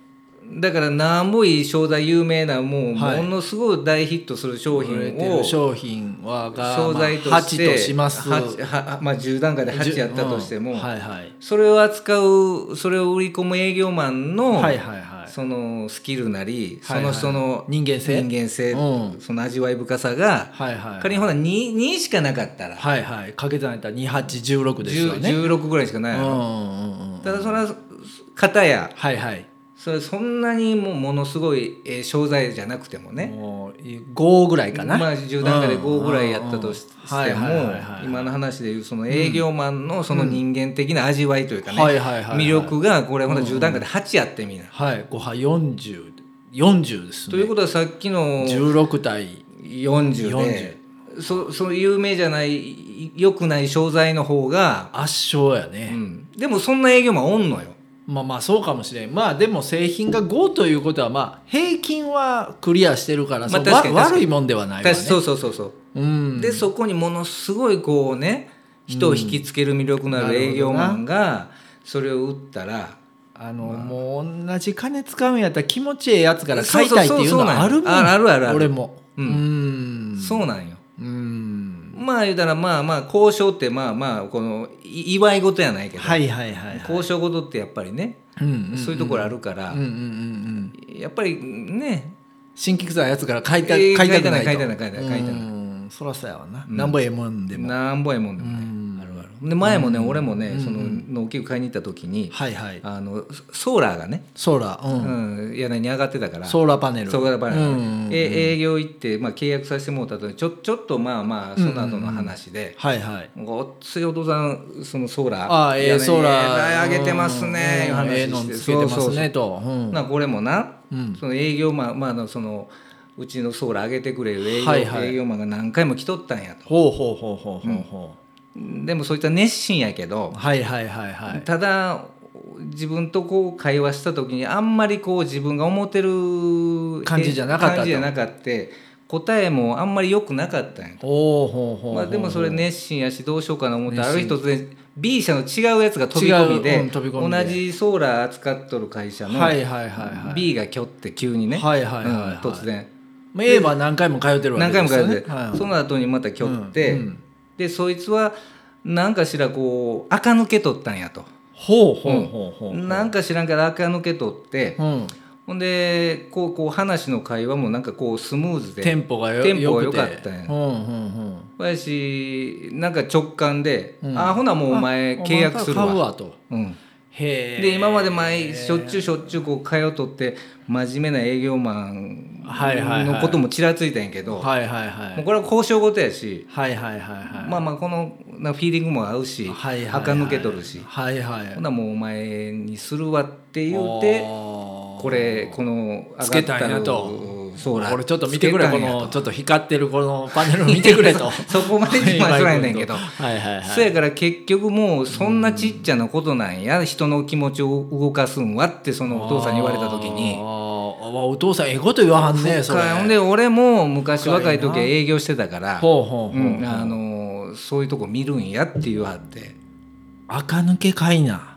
Speaker 2: だからなんぼいい商材有名なもう、
Speaker 1: はい
Speaker 2: ものすごい大ヒットする商
Speaker 1: 売れ
Speaker 2: 品
Speaker 1: て
Speaker 2: を
Speaker 1: る商品はが
Speaker 2: 商材と
Speaker 1: まあ
Speaker 2: して、
Speaker 1: 8とします
Speaker 2: 八はまあ、10段階で8やったとして
Speaker 1: う
Speaker 2: も、
Speaker 1: んはいはい
Speaker 2: それを扱うそれを売り込む営業マンの、
Speaker 1: はいはいはい
Speaker 2: そのスキルなり、
Speaker 1: はいはい
Speaker 2: その人の
Speaker 1: 人間性
Speaker 2: 人間性、
Speaker 1: うん
Speaker 2: その味わい深さが、
Speaker 1: はいはい
Speaker 2: 仮にほら 2, 2しかなかったら、
Speaker 1: はいはいかけ算やったら2816ですよ
Speaker 2: 10
Speaker 1: ね
Speaker 2: 16ぐらいしか
Speaker 1: う
Speaker 2: ない
Speaker 1: んう
Speaker 2: やろ、
Speaker 1: んうん
Speaker 2: ただそれは片や
Speaker 1: はいはい
Speaker 2: それそんなにもうものすごい、えー商材じゃなくてもね、
Speaker 1: もう5ぐらいかな
Speaker 2: まあ10段階で
Speaker 1: う
Speaker 2: 5
Speaker 1: ん
Speaker 2: ぐらいやったとしし
Speaker 1: うんはい
Speaker 2: ても
Speaker 1: はいはいはい
Speaker 2: 今の話でいうその営業マンのその人間的な味わいというかね、
Speaker 1: はいはいはいはい
Speaker 2: 魅力がこれほら10段階で8やってみな、
Speaker 1: はい5波4040 40ですね
Speaker 2: ということはさっきの
Speaker 1: 16対
Speaker 2: 40でそその有名じゃない良くない商材の方が、
Speaker 1: 圧勝や
Speaker 2: う
Speaker 1: ね、
Speaker 2: ん、でもそんな営業マンおんのよ
Speaker 1: まあまあそうかもしれんまあでも製品が5ということはまあ平均はクリアしてるから、
Speaker 2: まあ
Speaker 1: そうわ
Speaker 2: 確かに確か
Speaker 1: 悪
Speaker 2: に
Speaker 1: いもんではないわね
Speaker 2: 私そうそうそうそう、
Speaker 1: うん
Speaker 2: でそこにものすごいこうね人を引きつける魅力のある営業マンがそれを売ったら
Speaker 1: あの、もう同じ金使うんやったら気持ちええやつから買いたいっていうのはあるもん
Speaker 2: そうそうそうそうなんやあるあるある
Speaker 1: 俺も
Speaker 2: う
Speaker 1: うん
Speaker 2: そうなんよ
Speaker 1: うん
Speaker 2: まあ言うたらまあまあ交渉ってまあまあこのい祝い事やないけど、
Speaker 1: はいはいはいはい
Speaker 2: 交渉事ってやっぱりね
Speaker 1: うんうん
Speaker 2: そういうところあるから、
Speaker 1: うんうんうんうん
Speaker 2: やっぱりね
Speaker 1: 新規材やつから買いた,、
Speaker 2: えー
Speaker 1: 買いたくないと
Speaker 2: 買いたない買いたない買いたない
Speaker 1: うんそらそうやわな、なんぼええもんでも
Speaker 2: なんぼやもんでもね、あるあるで前もね、俺もね、その農機具買いに行った時に、
Speaker 1: はいはい
Speaker 2: あのソーラーがね、
Speaker 1: ソーラー、う
Speaker 2: うんん屋根に上がってたから
Speaker 1: ソーラーパネル
Speaker 2: そこからバレた
Speaker 1: うん
Speaker 2: え営業行って、まあ、契約させてもらった後にちょちょっとまあまあその後の話で、
Speaker 1: はいはい
Speaker 2: ごっついお父さんそのソーラー
Speaker 1: ああええ
Speaker 2: 屋根に
Speaker 1: ソーラ
Speaker 2: えら
Speaker 1: ー
Speaker 2: い上げてますね、
Speaker 1: うん
Speaker 2: いう
Speaker 1: ええ
Speaker 2: 話
Speaker 1: の
Speaker 2: して
Speaker 1: つけてます
Speaker 2: そうそう
Speaker 1: ねとうん
Speaker 2: なこれもな、
Speaker 1: うん
Speaker 2: その営業マン、まああの、そのうちのソーラー上げてくれる営業,、
Speaker 1: はいはい
Speaker 2: 営業マンが何回も来とったんやと
Speaker 1: ほうほうほうほうほうほ
Speaker 2: でもそういった熱心やけど
Speaker 1: う、はいはいはいはい
Speaker 2: ただ自分とこう会話した時にあんまりこう自分が思ってる
Speaker 1: 感じじゃなかったと
Speaker 2: 感じじゃなかって答えもあんまり良くなかったんやと、
Speaker 1: ほうほうほうほう
Speaker 2: まあ、でもそれ熱心やしどうしようかな思って
Speaker 1: 熱
Speaker 2: あ
Speaker 1: 心
Speaker 2: る日突然 B 社の違うやつが飛び込み
Speaker 1: 違
Speaker 2: で,、
Speaker 1: ううん飛び込みで
Speaker 2: 同じソーラー扱っとる会社の
Speaker 1: はいはいはいはい
Speaker 2: B がきょって急にね、
Speaker 1: はいはいはいはい
Speaker 2: うん突然
Speaker 1: まあ A は何回も通ってるわ
Speaker 2: 何
Speaker 1: け
Speaker 2: 回
Speaker 1: で
Speaker 2: も
Speaker 1: す
Speaker 2: 通
Speaker 1: よ
Speaker 2: っ
Speaker 1: ね
Speaker 2: て、
Speaker 1: はい
Speaker 2: その後にまたきょって、
Speaker 1: うんうん
Speaker 2: でそいつは何かしらこう垢抜けとったんやと。
Speaker 1: ほうほうほうほうほう
Speaker 2: なんか知らんけど垢抜けとって、
Speaker 1: うん
Speaker 2: ほんでこうこう話の会話もなんかこうスムーズ
Speaker 1: テ
Speaker 2: で
Speaker 1: ンポがよ
Speaker 2: テンポが
Speaker 1: 良くて
Speaker 2: 良かったんや
Speaker 1: うんうんうん
Speaker 2: やしなんか直感で「
Speaker 1: うん
Speaker 2: あほなもうお前契約するわ」
Speaker 1: 買うわと
Speaker 2: うん、
Speaker 1: へえ
Speaker 2: で今まで毎しょっちゅうしょっちゅうこう通っとって真面目な営業マン
Speaker 1: はいはいはい
Speaker 2: のこともちらついたんやけど、
Speaker 1: はいはいはい
Speaker 2: もうこれは交渉事やし、
Speaker 1: はいはいはいはい
Speaker 2: まあまあこのなフィーリングも合うし、
Speaker 1: はいはいはい
Speaker 2: 垢抜けとるし、
Speaker 1: はいはい
Speaker 2: ほなもうお前にするわって言うて。こ
Speaker 1: こ
Speaker 2: れこの上がった
Speaker 1: つけたんやと
Speaker 2: うんソーラー
Speaker 1: これちょっと見てくれ
Speaker 2: つ
Speaker 1: こ
Speaker 2: けたんや
Speaker 1: のちょっと光ってるこのパネル見てくれ と
Speaker 2: そこまでにはしないねんけど
Speaker 1: はいはいはい
Speaker 2: そやから結局もうそんなちっちゃなことなんや人の気持ちを動かすんはってそのお父さんに言われた時
Speaker 1: あー
Speaker 2: に
Speaker 1: あお父さんええこと言わはんねそれ
Speaker 2: かほんで俺も昔若い時は
Speaker 1: 深いな
Speaker 2: 営業してたから
Speaker 1: ほうほうほう
Speaker 2: うんあのーそういうとこ見るんやって言わはって
Speaker 1: 垢抜けかいな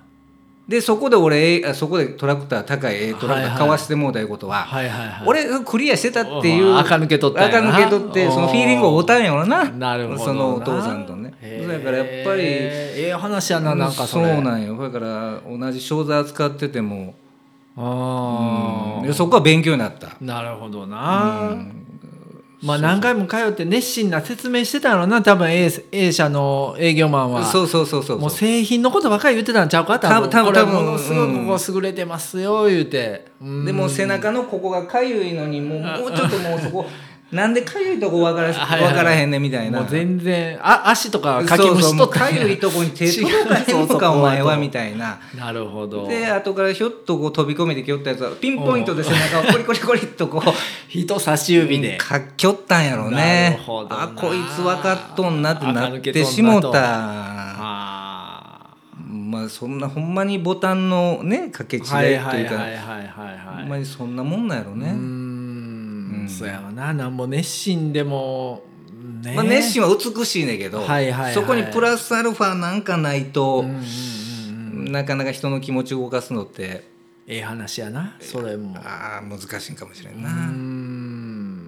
Speaker 2: でそこで俺えあそこでトラクター高いええトラクター買わしてもうたいうことは
Speaker 1: はいはいはい
Speaker 2: 俺クリアしてたっていう
Speaker 1: あー垢抜け取ったんやな
Speaker 2: 垢抜け取ってそのフィーリングをおたんやろな
Speaker 1: なるほどな
Speaker 2: そのお父さんとね
Speaker 1: へー
Speaker 2: だからやっぱり
Speaker 1: ええ話やななんかそれ
Speaker 2: うなんよだから同じ商材扱ってても、
Speaker 1: あ
Speaker 2: い
Speaker 1: ー
Speaker 2: やそこは勉強になった
Speaker 1: なるほどな、まあ何回も通って熱心な説明してたのな多分 A, A 社の営業マンは
Speaker 2: そうそうそうそう
Speaker 1: もう製品のことばっかり言ってたんちゃうか多分
Speaker 2: 多分
Speaker 1: これ
Speaker 2: 多分
Speaker 1: ものすごくここ優れてますよ言うて、うん
Speaker 2: でも背中のここがかゆいのにもうもうちょっともうそ こなんでかゆいとこ分からし
Speaker 1: はいはい
Speaker 2: 分からへんねみたいな
Speaker 1: もう全然あ足とかかき
Speaker 2: そう
Speaker 1: む
Speaker 2: そう
Speaker 1: し
Speaker 2: も
Speaker 1: と
Speaker 2: う
Speaker 1: った
Speaker 2: か
Speaker 1: んや
Speaker 2: ゆいとこに手届かへんのかお前はみたいな
Speaker 1: なるほど
Speaker 2: で後からひょっとこう飛び込めてきよったやつはピンポイントで背中をコリコリコリっとこ う。
Speaker 1: 人差し指で、
Speaker 2: かっきょったんやろ
Speaker 1: な
Speaker 2: ね
Speaker 1: るほどな
Speaker 2: あこいつ分かっとんなってな
Speaker 1: 垢抜
Speaker 2: っ
Speaker 1: けとん
Speaker 2: て
Speaker 1: なと
Speaker 2: しもた
Speaker 1: あ
Speaker 2: まあそんなほんまにボタンのね掛け違
Speaker 1: ーはいい
Speaker 2: と
Speaker 1: はいいう
Speaker 2: か、
Speaker 1: はいはいはいはい
Speaker 2: ほんまにそんなもんなんやろ
Speaker 1: うー
Speaker 2: ね、
Speaker 1: ん、そうやわななんぼ熱心でもね、
Speaker 2: まあ、熱心は美しいねんけど、
Speaker 1: はいはいはい
Speaker 2: そこにプラスアルファなんかないと
Speaker 1: うん、うんうんうん
Speaker 2: なかなか人の気持ちを動かすのって
Speaker 1: ええ話やなそれも
Speaker 2: ああ難しいんかもしれん
Speaker 1: う
Speaker 2: な、
Speaker 1: ーん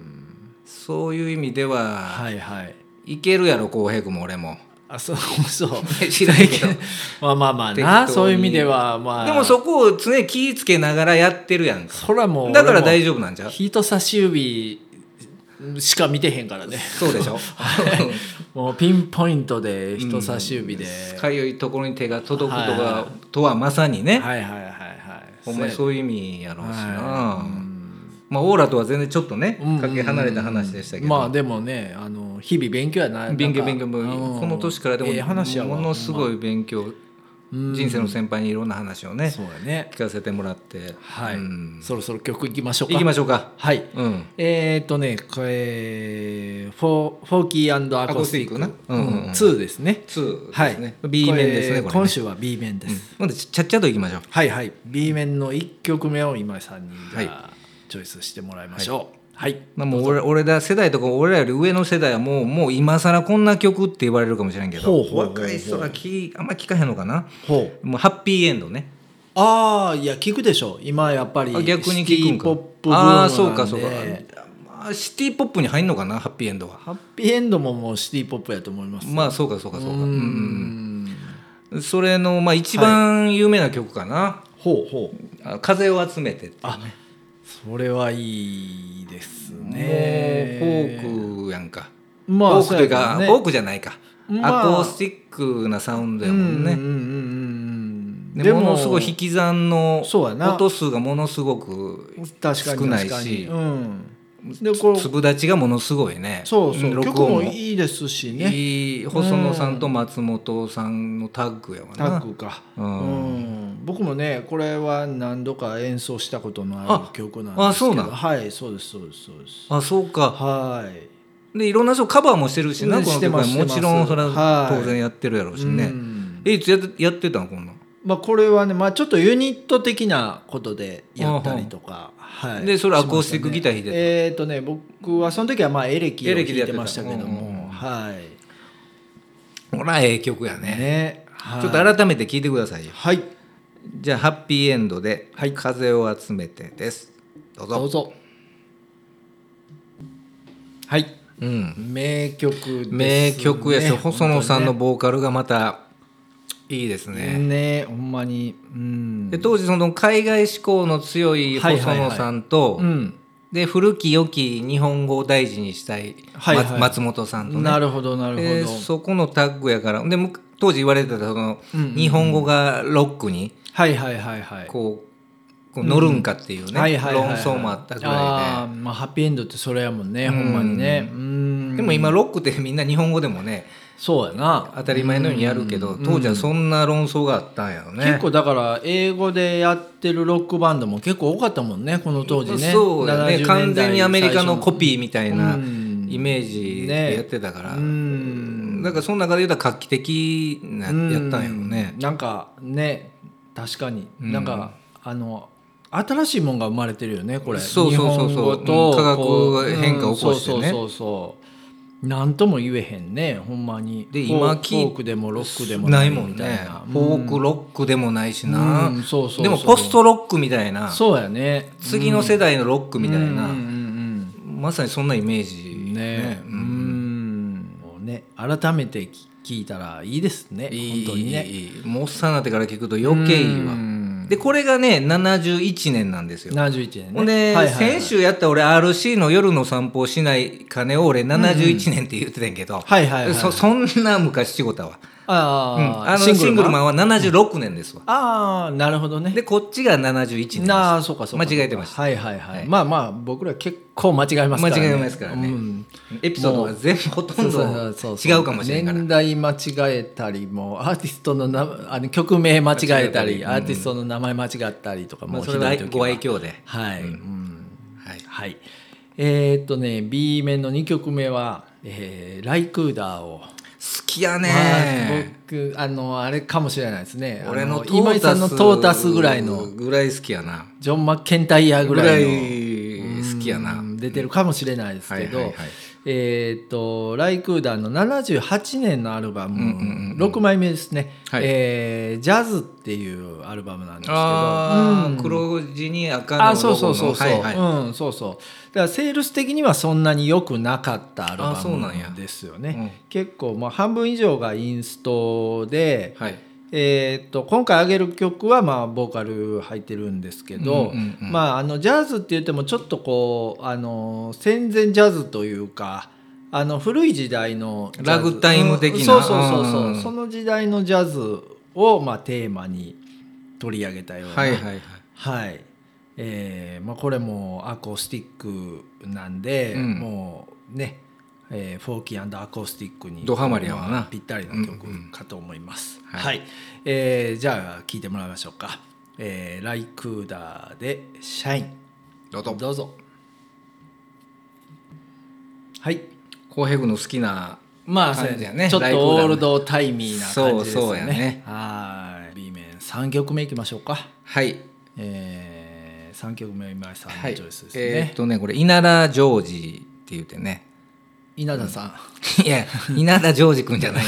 Speaker 2: そういう意味では、
Speaker 1: はいはい
Speaker 2: い、けるやろ浩平君も俺も
Speaker 1: あそうそう
Speaker 2: 知らんけど
Speaker 1: まあまあまあ
Speaker 2: 適当
Speaker 1: な
Speaker 2: に
Speaker 1: そういう意味ではまあ
Speaker 2: でもそこを常に気ぃつけながらやってるやんか
Speaker 1: そらもう
Speaker 2: だから
Speaker 1: 俺も
Speaker 2: 大丈夫なんじゃう
Speaker 1: 人差し指しか見てへんからね
Speaker 2: そ うでしょ
Speaker 1: もうピンポイントで人差し指で、
Speaker 2: かゆいところに手が届くと
Speaker 1: はい
Speaker 2: か
Speaker 1: は
Speaker 2: とはまさにね、
Speaker 1: はいはいはいはい
Speaker 2: ほんまにそういう意味やろうしな、
Speaker 1: はいうん
Speaker 2: まあオーラとは全然ちょっとね
Speaker 1: うん
Speaker 2: かけ離れた話でしたけど、
Speaker 1: まあでもねあの日々勉強やな
Speaker 2: 勉強
Speaker 1: なん
Speaker 2: 勉
Speaker 1: か
Speaker 2: 強も
Speaker 1: うん
Speaker 2: この年からでも
Speaker 1: ええ話やわ
Speaker 2: ものすご
Speaker 1: い
Speaker 2: い勉強人生の先輩にいろんな話をね
Speaker 1: そうやね
Speaker 2: 聞かせてもらって
Speaker 1: はい、
Speaker 2: うん
Speaker 1: そろそろ曲いきましょうか
Speaker 2: 行きましょうか
Speaker 1: はい
Speaker 2: うん
Speaker 1: えーっとねこれフォーフォーキーアコースティック
Speaker 2: アコースティックなうんうんうん
Speaker 1: うん2ですね
Speaker 2: 2
Speaker 1: は
Speaker 2: で
Speaker 1: い
Speaker 2: すね B 面ですね
Speaker 1: これ
Speaker 2: これね
Speaker 1: 今週は B 面です、
Speaker 2: まずちゃっちゃと行きましょう
Speaker 1: はいはい B 面の1曲目を今井さんにじゃあ
Speaker 2: は
Speaker 1: チョイスしてもらいましょうはい、
Speaker 2: まあもう俺俺ら世代とか俺らより上の世代はもうもう今更こんな曲って言われるかもしれんけ
Speaker 1: ほう
Speaker 2: ど
Speaker 1: ほうほうほう
Speaker 2: 若い人はきあんま聞かへんのかな
Speaker 1: ほう
Speaker 2: もうハッピーエンドね
Speaker 1: ああいや聞くでしょ今やっぱり
Speaker 2: あ逆
Speaker 1: シ
Speaker 2: に
Speaker 1: テ
Speaker 2: 聞く
Speaker 1: ィ
Speaker 2: んか
Speaker 1: ポップブームなんで
Speaker 2: ああそうかそうかまあシティポップに入んのかなハッピーエンドは
Speaker 1: ハッピーエンドももうシティポップやと思います
Speaker 2: まあそうかそうかそうか
Speaker 1: う
Speaker 2: う
Speaker 1: ー
Speaker 2: ん
Speaker 1: ん
Speaker 2: うんそれのまあ一番有名な曲かな
Speaker 1: ほうほう
Speaker 2: 「あ風を集めて」っていう
Speaker 1: あそれはいいです
Speaker 2: もうフ
Speaker 1: ね
Speaker 2: ォークやんか
Speaker 1: ク、
Speaker 2: フ
Speaker 1: ま
Speaker 2: ォークというか
Speaker 1: そうやけどね
Speaker 2: フォークじゃないか
Speaker 1: ま
Speaker 2: ア
Speaker 1: あ
Speaker 2: コースティックなサウンドやもん
Speaker 1: うん
Speaker 2: ね
Speaker 1: うんうんうんうん
Speaker 2: でものすごい引き算の
Speaker 1: そうやな
Speaker 2: 音数がものすごく
Speaker 1: 確かに
Speaker 2: 少ないし
Speaker 1: 確かにうん、でこう
Speaker 2: 粒立ちがものすごいね
Speaker 1: そうそ
Speaker 2: ん
Speaker 1: う
Speaker 2: 録
Speaker 1: 曲
Speaker 2: 音
Speaker 1: も
Speaker 2: も
Speaker 1: いいですしね
Speaker 2: いい細野さんと松本さんのタッグやわ
Speaker 1: タ
Speaker 2: な
Speaker 1: ッグか、
Speaker 2: う
Speaker 1: うん
Speaker 2: ん
Speaker 1: 僕もねこれは何度か演奏したことのあ
Speaker 2: あ
Speaker 1: る曲なんですけど
Speaker 2: あそうなん
Speaker 1: はいそうですそうですそうです
Speaker 2: あそうか
Speaker 1: はい
Speaker 2: でいろんな人カバーもしてるしな
Speaker 1: うん
Speaker 2: この曲は
Speaker 1: してま
Speaker 2: も
Speaker 1: す
Speaker 2: ちろんそれ
Speaker 1: してま
Speaker 2: は
Speaker 1: すはい
Speaker 2: 当然やってるやろうし
Speaker 1: う
Speaker 2: ね
Speaker 1: ん
Speaker 2: えいつやってやってたんこんなん
Speaker 1: まあ、これはね、まあ、ちょっとユニット的なことでやったりとか、はい、
Speaker 2: でそ
Speaker 1: しました
Speaker 2: れ
Speaker 1: ね
Speaker 2: アコースティックギター弾いてた
Speaker 1: えっ、とね僕はその時はまあエレキを
Speaker 2: エ
Speaker 1: 弾
Speaker 2: レ
Speaker 1: い
Speaker 2: キでやって
Speaker 1: て
Speaker 2: た
Speaker 1: ましたけども、
Speaker 2: うんうんうん
Speaker 1: はい
Speaker 2: ほらええ曲やね
Speaker 1: ね、はい、
Speaker 2: ちょっと改めて聞いてくださいよ
Speaker 1: はい
Speaker 2: じゃあハッピーエンドで「風を集めて」ですどうぞ
Speaker 1: どうぞはい
Speaker 2: うん
Speaker 1: 名曲です、ね、
Speaker 2: 名曲やし、細野さんの
Speaker 1: ね
Speaker 2: ボーカルがまたいいです
Speaker 1: ね
Speaker 2: ね。
Speaker 1: ほんまにうん
Speaker 2: で当時その海外志向の強い
Speaker 1: はい
Speaker 2: 細
Speaker 1: はいはい
Speaker 2: 野さんと、
Speaker 1: うん
Speaker 2: で古き良き日本語を大事にしたい、
Speaker 1: はいはい
Speaker 2: ま松本さんと
Speaker 1: な
Speaker 2: ね
Speaker 1: るほどなるほど、
Speaker 2: でそこのタッグやからでむ当時言われてたその、
Speaker 1: うんうん
Speaker 2: 日本語がロックに
Speaker 1: はいはいはいはい
Speaker 2: こうこう乗るんかっていうね、
Speaker 1: はいはいはいはい
Speaker 2: 論争もあったぐ
Speaker 1: あ
Speaker 2: らい
Speaker 1: ーまあ、ハッピーエンドってそれやもんね、
Speaker 2: うん
Speaker 1: ほんまにねうん
Speaker 2: ででも今ロックってみんな日本語でもね
Speaker 1: そうやな
Speaker 2: 当たり前のようにやるけど、
Speaker 1: うん
Speaker 2: 当時はそんな論争があったんやろね。
Speaker 1: 結構だから英語でやってるロックバンドも結構多かったもんねこの当時ね
Speaker 2: そう
Speaker 1: 70
Speaker 2: だね
Speaker 1: 年代
Speaker 2: 完全にアメリカのコ
Speaker 1: ー
Speaker 2: ピーみたいな
Speaker 1: うん
Speaker 2: イメージでやってたから、
Speaker 1: うん
Speaker 2: だからその中で言うたら画期的なやったんやろね
Speaker 1: う、んなんかね確かに、
Speaker 2: うん
Speaker 1: なんかあの新しいもんが生まれてるよねこれ
Speaker 2: そうそうそうそう
Speaker 1: 日本語と
Speaker 2: うん化学
Speaker 1: こう
Speaker 2: 変化を起こしてね
Speaker 1: うんそうそうそうそうなんとも言えへんねほんまに
Speaker 2: で
Speaker 1: フォー
Speaker 2: 今聞い
Speaker 1: フォークでもロックでも
Speaker 2: ないもん
Speaker 1: みたい
Speaker 2: ね
Speaker 1: な、
Speaker 2: フォークロックでもないしな、
Speaker 1: うんそうそうそう
Speaker 2: でもポストロックみたいな
Speaker 1: そうやね
Speaker 2: 次の世代のロックみたい
Speaker 1: うんうん
Speaker 2: な、
Speaker 1: うん
Speaker 2: まさにそんなイメー
Speaker 1: う
Speaker 2: ジ
Speaker 1: ん
Speaker 2: ね
Speaker 1: ねう
Speaker 2: うん
Speaker 1: んもうね改めて聞いたらいいですね
Speaker 2: いい
Speaker 1: 本当にね
Speaker 2: いいいいもうおっさんになってから聞くと余計いいわ、
Speaker 1: うん
Speaker 2: でこれがね71年なんですよ
Speaker 1: 71年ね
Speaker 2: ほんで、
Speaker 1: はいはいはい
Speaker 2: 先週やった俺 RC の夜の散歩をしない金を俺71年って言ってたんやけど、
Speaker 1: はいはいはい
Speaker 2: そそんな昔仕事は、
Speaker 1: あ
Speaker 2: うん
Speaker 1: ー
Speaker 2: あのシングルマンは76年ですわ、
Speaker 1: ああなるほどね
Speaker 2: でこっちが71年
Speaker 1: なあそうかそうか
Speaker 2: 間違えてました
Speaker 1: はいはいはい、
Speaker 2: はい
Speaker 1: まあまあ僕ら結構間違えますからね
Speaker 2: 間違えますからね
Speaker 1: うん
Speaker 2: エピソードが全部ほとんど違うかもしれんから
Speaker 1: 年代間違えたりもアーティストのなあの曲名間違えたり
Speaker 2: 間違えたり
Speaker 1: アーティストの名前間違ったりとか
Speaker 2: ま
Speaker 1: も
Speaker 2: あ
Speaker 1: うひ
Speaker 2: それ
Speaker 1: ど
Speaker 2: はい
Speaker 1: 時
Speaker 2: ご愛嬌で、
Speaker 1: はい、うん
Speaker 2: はい、
Speaker 1: はいえーっとね B 面の2曲目は、えーライクーダー」を。
Speaker 2: 好きやね、
Speaker 1: 僕あのあれかもしれないですね
Speaker 2: 俺
Speaker 1: あ
Speaker 2: のトータス
Speaker 1: 今井さんのトータスぐらいの
Speaker 2: ぐらい好きやな
Speaker 1: ジョン・マッケンタイヤぐ
Speaker 2: ぐ
Speaker 1: ら
Speaker 2: らい
Speaker 1: いの
Speaker 2: 好きやな
Speaker 1: うん出てるかもしれないですけど、
Speaker 2: はいはいはい
Speaker 1: えー、とライクーダーの78年のアルバム、
Speaker 2: うんうんうん
Speaker 1: 6枚目ですね、
Speaker 2: はい
Speaker 1: えージャズ」っていうアルバムなんですけど
Speaker 2: あー、
Speaker 1: うん
Speaker 2: 黒地に赤のロゴの
Speaker 1: あそうそうそうそう、
Speaker 2: はいはい
Speaker 1: うんそうそうだからセールス的にはそんなに良くなかったアル
Speaker 2: あ
Speaker 1: バ
Speaker 2: そうなんや
Speaker 1: ムですよ
Speaker 2: うん
Speaker 1: ね、結構まあ半分以上がインストで、
Speaker 2: はい
Speaker 1: えー、と今回上げる曲はまあボーカル入ってるんですけど、
Speaker 2: うんうんうん
Speaker 1: まあ、あのジャズって言ってもちょっとこうあの戦前ジャズというかあの古い時代のジャズ
Speaker 2: ラグタイム的な
Speaker 1: うんそうそうそうそう、
Speaker 2: うん
Speaker 1: その時代のジャズをまあテーマに取り上げたような、
Speaker 2: はいはいはい
Speaker 1: はいえーまあ、これもアコースティックなんで、
Speaker 2: うん
Speaker 1: もうね、えーフォーキーアコースティックに
Speaker 2: ドハマりやわな
Speaker 1: ぴったりの曲
Speaker 2: うんうん
Speaker 1: かと思います、
Speaker 2: はい
Speaker 1: はいえーじゃあ聴いてもらいましょうか、えーライクーダーで「シャイン
Speaker 2: どう」ぞ
Speaker 1: どうぞはい
Speaker 2: コーヘグの好きな
Speaker 1: まあ
Speaker 2: 感じやね
Speaker 1: ちょっ
Speaker 2: ライクー
Speaker 1: と
Speaker 2: ダーね
Speaker 1: オールドタイミーな感じですよね
Speaker 2: そうそうやね
Speaker 1: はい B 面3曲目いきましょうか
Speaker 2: はい
Speaker 1: えー、3曲目今井さん
Speaker 2: は
Speaker 1: の
Speaker 2: い
Speaker 1: チョイスですね、
Speaker 2: えーっとねこれ稲田ジョージって言ってね
Speaker 1: 稲田さん、
Speaker 2: いや稲田ジョージくんじゃ ない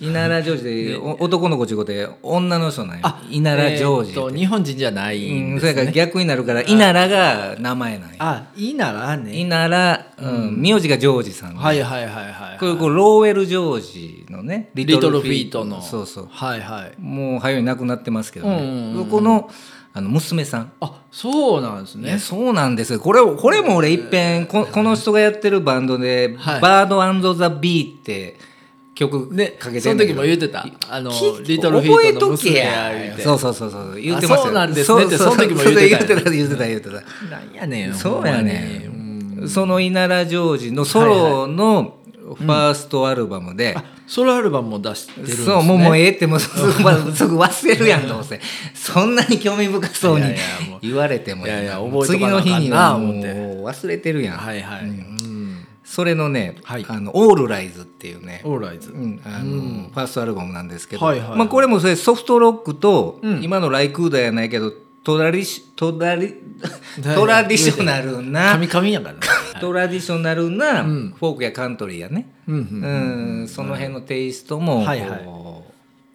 Speaker 2: 稲田ジョージでお男の子ちゅうことで女の人なんや
Speaker 1: あ
Speaker 2: 稲田ジョージ
Speaker 1: え
Speaker 2: っ
Speaker 1: ー
Speaker 2: て
Speaker 1: と日本人じゃない
Speaker 2: うん
Speaker 1: ん
Speaker 2: そ
Speaker 1: で
Speaker 2: れ
Speaker 1: す
Speaker 2: から
Speaker 1: ね、
Speaker 2: 逆になるから稲田が名前なんや
Speaker 1: あいいならね
Speaker 2: 稲田うん名字がジョージさんで
Speaker 1: はいはいはいはい
Speaker 2: これこうローウェル・ジョージのねリ
Speaker 1: リトルフィートの
Speaker 2: そうそう
Speaker 1: はいはい
Speaker 2: もう早いなくなってますけど
Speaker 1: うんうん
Speaker 2: ね
Speaker 1: うん
Speaker 2: そこのあの娘さん
Speaker 1: あそうなんです
Speaker 2: いや
Speaker 1: ね
Speaker 2: そうなんですよこれをこれも俺いっぺんここの人がやってるバンドで「
Speaker 1: はい
Speaker 2: バードザ・ビー」って曲
Speaker 1: で
Speaker 2: かけて
Speaker 1: その
Speaker 2: んねん
Speaker 1: 時
Speaker 2: け
Speaker 1: も
Speaker 2: ど
Speaker 1: 言ってたあのリトルフィ
Speaker 2: 覚え
Speaker 1: ートの
Speaker 2: とけ
Speaker 1: 娘
Speaker 2: や
Speaker 1: や言うて
Speaker 2: そうそうそうそう言ってました
Speaker 1: あそうなんですね
Speaker 2: そ
Speaker 1: って
Speaker 2: う
Speaker 1: その時も言ってたよ
Speaker 2: そうそう言ってた言ってた言って
Speaker 1: なんやねん
Speaker 2: たそうや
Speaker 1: ほ
Speaker 2: ね
Speaker 1: んまに
Speaker 2: んその稲良ジョージのソロのファーストアルバムで、
Speaker 1: ソロアルバムも出してるんです、ね、
Speaker 2: そうもうもうええってもうすぐまあすぐ忘れるやんどうせそんなに興味深そうに
Speaker 1: いやいやもう
Speaker 2: 言われても
Speaker 1: いやいや
Speaker 2: な
Speaker 1: 覚えと
Speaker 2: 次
Speaker 1: かな
Speaker 2: の
Speaker 1: あ
Speaker 2: 日
Speaker 1: かん
Speaker 2: に
Speaker 1: な
Speaker 2: は
Speaker 1: あ
Speaker 2: もう
Speaker 1: 思って
Speaker 2: 忘れてるやん、
Speaker 1: はいはい、うん、
Speaker 2: それのね、
Speaker 1: はい
Speaker 2: あの「オールライズ」っていうね、
Speaker 1: オーライズ、
Speaker 2: うんあのファーストアルバムなんですけど、
Speaker 1: はいはいはい
Speaker 2: まあ、これもそれソフトロックと、
Speaker 1: うん
Speaker 2: 今のライクーダーやないけどトラリシトラリ
Speaker 1: 誰
Speaker 2: トラディショナル
Speaker 1: カ
Speaker 2: な
Speaker 1: ミカミやからね、
Speaker 2: トラディショナルな
Speaker 1: うん
Speaker 2: フォークやカントリーやね、
Speaker 1: うんうん
Speaker 2: うん、その辺のテイストもこう
Speaker 1: はいはい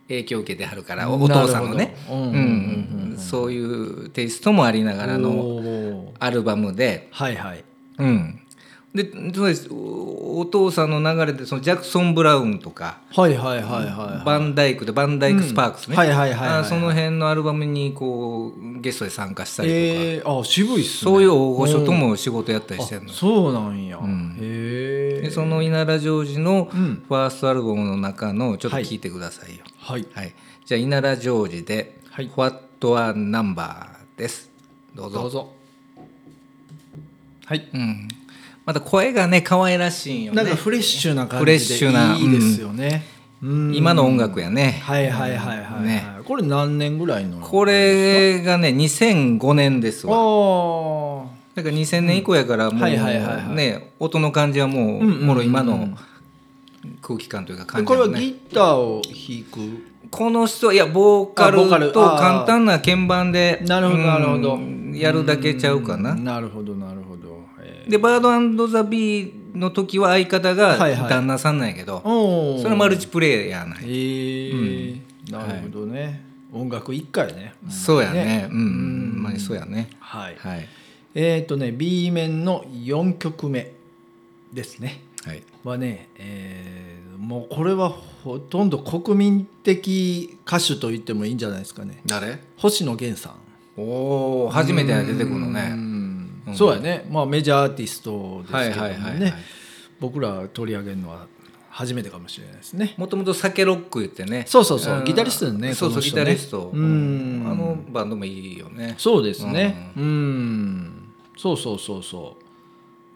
Speaker 2: 影響を受けてはるから
Speaker 1: なる
Speaker 2: お
Speaker 1: ほど
Speaker 2: 父さんのね
Speaker 1: うんうん
Speaker 2: うんそういうテイストもありながらの
Speaker 1: おー
Speaker 2: アルバムで,、
Speaker 1: はいはい
Speaker 2: うん、でそうですおお父さんの流れでそのジャクソン・ブラウンとか
Speaker 1: はいはいはいはい
Speaker 2: バンダイクでバンダイク・スパークスね、
Speaker 1: うんはいはいはいはい
Speaker 2: あその辺のアルバムにこうゲストで参加したりとか、
Speaker 1: えー、あ渋いっすね
Speaker 2: そういう大御所とも仕事やったりしてるの
Speaker 1: あ。そうなんや、
Speaker 2: ん
Speaker 1: へえ
Speaker 2: でその稲良ジョージの
Speaker 1: うん
Speaker 2: ファーストアルバムの中のちょっと聞いてくださいよ。
Speaker 1: はい
Speaker 2: はい、じゃあ稲良ジョージで「
Speaker 1: はい
Speaker 2: What a Number」です。どうぞ
Speaker 1: どうぞはい、
Speaker 2: うん、また声がね可愛らしいんよ
Speaker 1: なん
Speaker 2: ね
Speaker 1: かフレッシュな感じ
Speaker 2: フ
Speaker 1: で
Speaker 2: レッシュない
Speaker 1: いですよね、うん
Speaker 2: 今の音楽やね。
Speaker 1: はいはいはいはい、はい
Speaker 2: ね
Speaker 1: これ何年ぐらいの
Speaker 2: これがね2005年です
Speaker 1: ああ
Speaker 2: わだから2000年以降やからもう
Speaker 1: はいはいはいはい
Speaker 2: ね音の感じは
Speaker 1: うん
Speaker 2: もう
Speaker 1: うんうん
Speaker 2: もろ今の空気感というか感じ
Speaker 1: こ
Speaker 2: や
Speaker 1: れ
Speaker 2: も
Speaker 1: は
Speaker 2: んね
Speaker 1: ギターを弾く
Speaker 2: この人いやボーカ
Speaker 1: あボーカル
Speaker 2: ルと
Speaker 1: あー
Speaker 2: 簡単な鍵盤で
Speaker 1: なるほど
Speaker 2: うん
Speaker 1: なるほど
Speaker 2: やるだけちゃうかな
Speaker 1: なるほどなるほど、えー
Speaker 2: でバードザ・ビーの時は相方が
Speaker 1: はいはい
Speaker 2: 旦那さんなんやけど、
Speaker 1: おー
Speaker 2: それはマルチプレイヤーなんや、
Speaker 1: えーなるほどね、音楽一回ね
Speaker 2: そうやね
Speaker 1: ね
Speaker 2: うんうんまあそうやね
Speaker 1: はい、
Speaker 2: はい
Speaker 1: えっ、ー、とね B 面の4曲目ですね
Speaker 2: はい
Speaker 1: はね、えーもうこれはほとんど国民的歌手と言ってもいいんじゃないですかね
Speaker 2: 誰
Speaker 1: 星野源さん
Speaker 2: おお初めて出てくるの
Speaker 1: う
Speaker 2: ね
Speaker 1: ん
Speaker 2: うん
Speaker 1: そうやねまあメジャーアーティストですけども
Speaker 2: は
Speaker 1: ね、
Speaker 2: いはいはいはい
Speaker 1: 僕ら取り上げるのは初めてかもしれないですね
Speaker 2: もともと酒ロック言ってね
Speaker 1: そうそうそうんギタリストだよね
Speaker 2: そう
Speaker 1: こ
Speaker 2: そう
Speaker 1: の
Speaker 2: ギ
Speaker 1: 人
Speaker 2: タ
Speaker 1: ね
Speaker 2: リスト
Speaker 1: うん
Speaker 2: あのバンドもいいよね
Speaker 1: そうですね。うん、そうそうそうそう。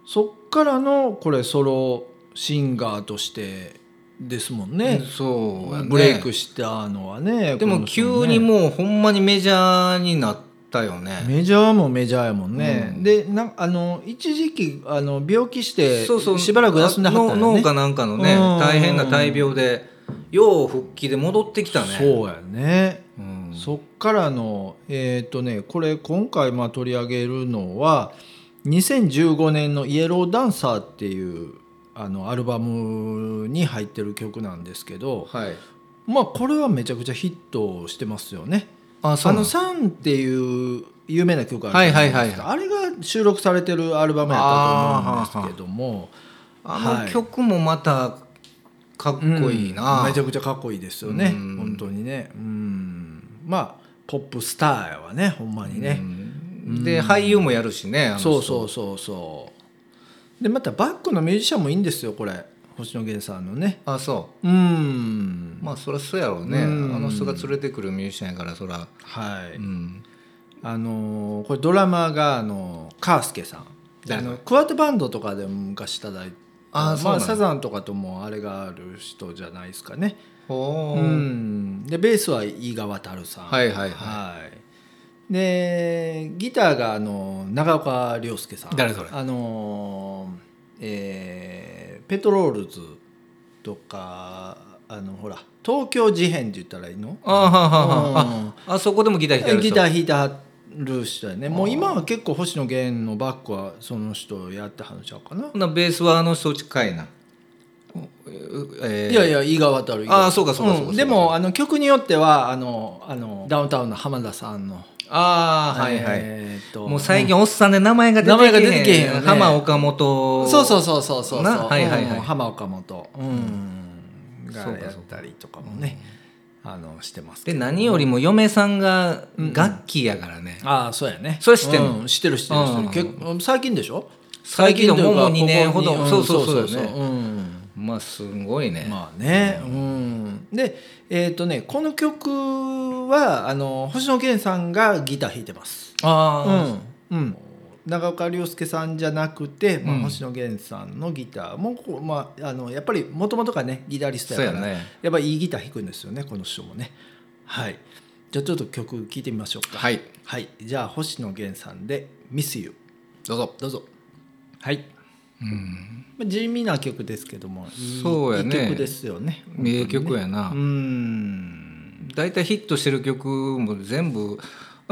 Speaker 1: そっからのこれソロシンガーとしてですもんね。
Speaker 2: そうやね
Speaker 1: ブレイクしたのはね。
Speaker 2: で
Speaker 1: こ
Speaker 2: も
Speaker 1: の人ね
Speaker 2: 急にもうほんまにメジャーになったよね。
Speaker 1: メジャーもメジャーやもんね。
Speaker 2: うん
Speaker 1: で、なあの一時期あの病気して
Speaker 2: そうそう
Speaker 1: しばらく休んではった
Speaker 2: あ
Speaker 1: ん
Speaker 2: の
Speaker 1: や
Speaker 2: 脳
Speaker 1: ね。
Speaker 2: かなんかのね
Speaker 1: うん
Speaker 2: 大変な大病でよう復帰で戻ってきたね。
Speaker 1: そうやね。
Speaker 2: うん
Speaker 1: そっからのえっ、とねこれ今回まあ取り上げるのは2015年の「イエローダンサー」っていうあのアルバムに入ってる曲なんですけど、
Speaker 2: はい
Speaker 1: まあこれはめちゃくちゃヒットしてますよね。
Speaker 2: あ
Speaker 1: あ
Speaker 2: な
Speaker 1: の「
Speaker 2: ん
Speaker 1: サン」っていう有名な曲あるじゃないですか、
Speaker 2: は
Speaker 1: あれが収録されてるアルバムやったと思うんですけども
Speaker 2: あの曲もまたかっこいいな、
Speaker 1: うんめちゃくちゃかっこいいですよね
Speaker 2: うん
Speaker 1: 本当にねうんまあポップスターやわねほんまにね、
Speaker 2: うんで俳優もやるしねあの人
Speaker 1: そうそうそうそうでまたバックのミュージシャンもいいんですよこれ星野源さんのね
Speaker 2: あそううんまあそりゃそうやろうねあ
Speaker 1: うん
Speaker 2: の人が連れてくるミュージシャンやからそら
Speaker 1: はい、
Speaker 2: うん
Speaker 1: あのーこれドラマーがあのーカースケさんあ
Speaker 2: 誰
Speaker 1: のクワッドバンドとかでも昔いただいて
Speaker 2: あーそ
Speaker 1: ま
Speaker 2: うな
Speaker 1: あ、
Speaker 2: んだ
Speaker 1: サザンとかともあれがある人じゃないですかね、
Speaker 2: ほ
Speaker 1: う
Speaker 2: ー
Speaker 1: ん、でベースは井川渉さん
Speaker 2: はいはいはい
Speaker 1: はいでギターがあの長岡亮介さん
Speaker 2: 誰それ
Speaker 1: あのー、えーペトロールズとかあのほら東京事変って言ったらいいの
Speaker 2: あははは
Speaker 1: うん
Speaker 2: ああそこでもギター弾いてる
Speaker 1: ギ
Speaker 2: 人
Speaker 1: ター弾いてはる人やねも
Speaker 2: あ
Speaker 1: う
Speaker 2: ー
Speaker 1: 今は結構星野源のバックはその人やってはるんちゃうかな、
Speaker 2: ほなベースはあの人近いなえー
Speaker 1: いやいや伊賀渡る
Speaker 2: あーそうかそうかそうかそうか
Speaker 1: でもあの曲によってはあのあのダウンタウンの浜田さんの
Speaker 2: ああはいはい、
Speaker 1: えーっと
Speaker 2: もう最近おっさんで名前が出てけへ
Speaker 1: 名前
Speaker 2: ん
Speaker 1: が出てけへんよね
Speaker 2: 浜岡本
Speaker 1: そうそうそうそうそうそう
Speaker 2: なはいはいはい
Speaker 1: うん浜岡本うんが
Speaker 2: そうかそうか
Speaker 1: やったりとかもねあのしてますけ
Speaker 2: で
Speaker 1: ど
Speaker 2: 何よりも嫁さんが楽器やからね、
Speaker 1: ああそうやね
Speaker 2: それ知ってんの
Speaker 1: うん知ってる知ってる知って
Speaker 2: う
Speaker 1: る
Speaker 2: ん
Speaker 1: 結構最近でしょ
Speaker 2: 最近の
Speaker 1: というか
Speaker 2: もう二年ほど
Speaker 1: ここにん
Speaker 2: そうそうそうだよね
Speaker 1: うん
Speaker 2: まあすごいね、
Speaker 1: まあね、うんでえっ、とねこの曲はあの星野源さんがギター弾いてます。
Speaker 2: ああ、
Speaker 1: うんうん、長岡亮介さんじゃなくて、まあ
Speaker 2: うん
Speaker 1: 星野源さんのギターもこう、まあ、あのやっぱりもともとがねギタリスト
Speaker 2: そう
Speaker 1: や
Speaker 2: や
Speaker 1: からや,、
Speaker 2: ね
Speaker 1: っぱいいギター弾くんですよねこの人もね。はいじゃあちょっと曲聴いてみましょうか。
Speaker 2: はい
Speaker 1: はい、じゃあ星野源さんで「ミスユ
Speaker 2: どうぞ
Speaker 1: どうぞ。はい
Speaker 2: うん
Speaker 1: まあ地味な曲ですけどもいい
Speaker 2: そうやね
Speaker 1: いい曲ですよね。
Speaker 2: 名曲やな、
Speaker 1: うーん
Speaker 2: 大体ヒットしてる曲も全部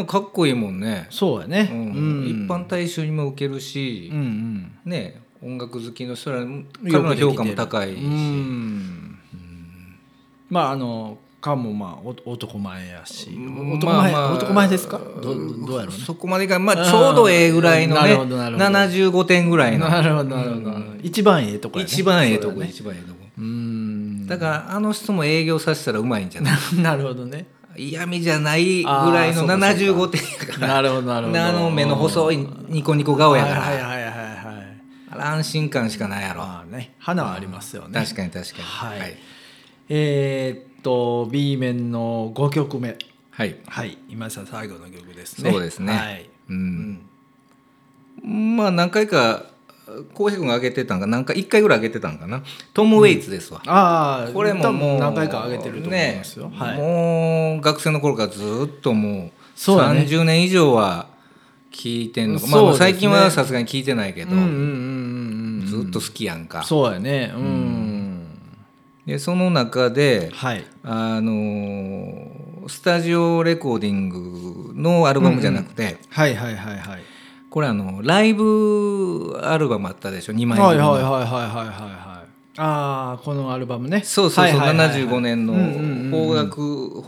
Speaker 2: かっこいいもんね、
Speaker 1: そうやね、
Speaker 2: うん一般大衆にも受けるし
Speaker 1: うん、うん
Speaker 2: ね音楽好きの人らからの評価も高いし、
Speaker 1: うんまああのかもまあお男前やし
Speaker 2: うん
Speaker 1: 男前、
Speaker 2: まあまあ
Speaker 1: 男前ですかどどうやろう ね
Speaker 2: そこまでが、まあ、ちょうどええぐらいの
Speaker 1: な
Speaker 2: ね
Speaker 1: るほどなるほど
Speaker 2: 75点ぐらいの
Speaker 1: なるほどなるほど、 一番ええとこやね
Speaker 2: 一番ええ
Speaker 1: そ
Speaker 2: とこ、
Speaker 1: うだね
Speaker 2: 一番ええとこ
Speaker 1: うーん
Speaker 2: だからあの人も営業させたらうまいんじ ゃない
Speaker 1: なるほどね
Speaker 2: 嫌味じゃないぐらいの
Speaker 1: あーそう
Speaker 2: 75
Speaker 1: か
Speaker 2: 点やから
Speaker 1: なるほどなるほど
Speaker 2: あの目の細いニコニコ顔やから、
Speaker 1: はいはいはいはいはい
Speaker 2: あれ安心感しかないやろ、
Speaker 1: まあね花はありますよね
Speaker 2: 確かに確かに
Speaker 1: はい、えーっと B 面の5曲目
Speaker 2: はい
Speaker 1: はい、今さ最後の曲ですね。
Speaker 2: そうですね
Speaker 1: はい。
Speaker 2: う、
Speaker 1: うんん。
Speaker 2: まあ何回か浩平君が上げてたんか何回1回ぐらい上げてたんかなトム・ウェイツですわ、
Speaker 1: ああ、
Speaker 2: これも
Speaker 1: 多分
Speaker 2: もう
Speaker 1: 何回か上げてると思いますよ。
Speaker 2: ね
Speaker 1: はい。
Speaker 2: もう学生の頃からずっともう
Speaker 1: そうだね
Speaker 2: 30年以上は聞いてんのか、まあ
Speaker 1: そう
Speaker 2: ま
Speaker 1: で
Speaker 2: あ
Speaker 1: すね
Speaker 2: 最近はさすがに聞いてないけど、
Speaker 1: うんうんうんうんうん。
Speaker 2: ずっと好きやんか。
Speaker 1: そうやね。うん。
Speaker 2: でその中で、
Speaker 1: はい。
Speaker 2: あのースタジオレコーディングのアルバムじゃなくて、
Speaker 1: はいはいはいはい。
Speaker 2: これあのライブアルバムあったでしょ2枚
Speaker 1: はいはいはい
Speaker 2: 組の
Speaker 1: はいはいはいはい。ああ、このアルバムね。
Speaker 2: そうそうそう、
Speaker 1: はいはいはいはい
Speaker 2: 75年の
Speaker 1: うんうんうん
Speaker 2: 邦楽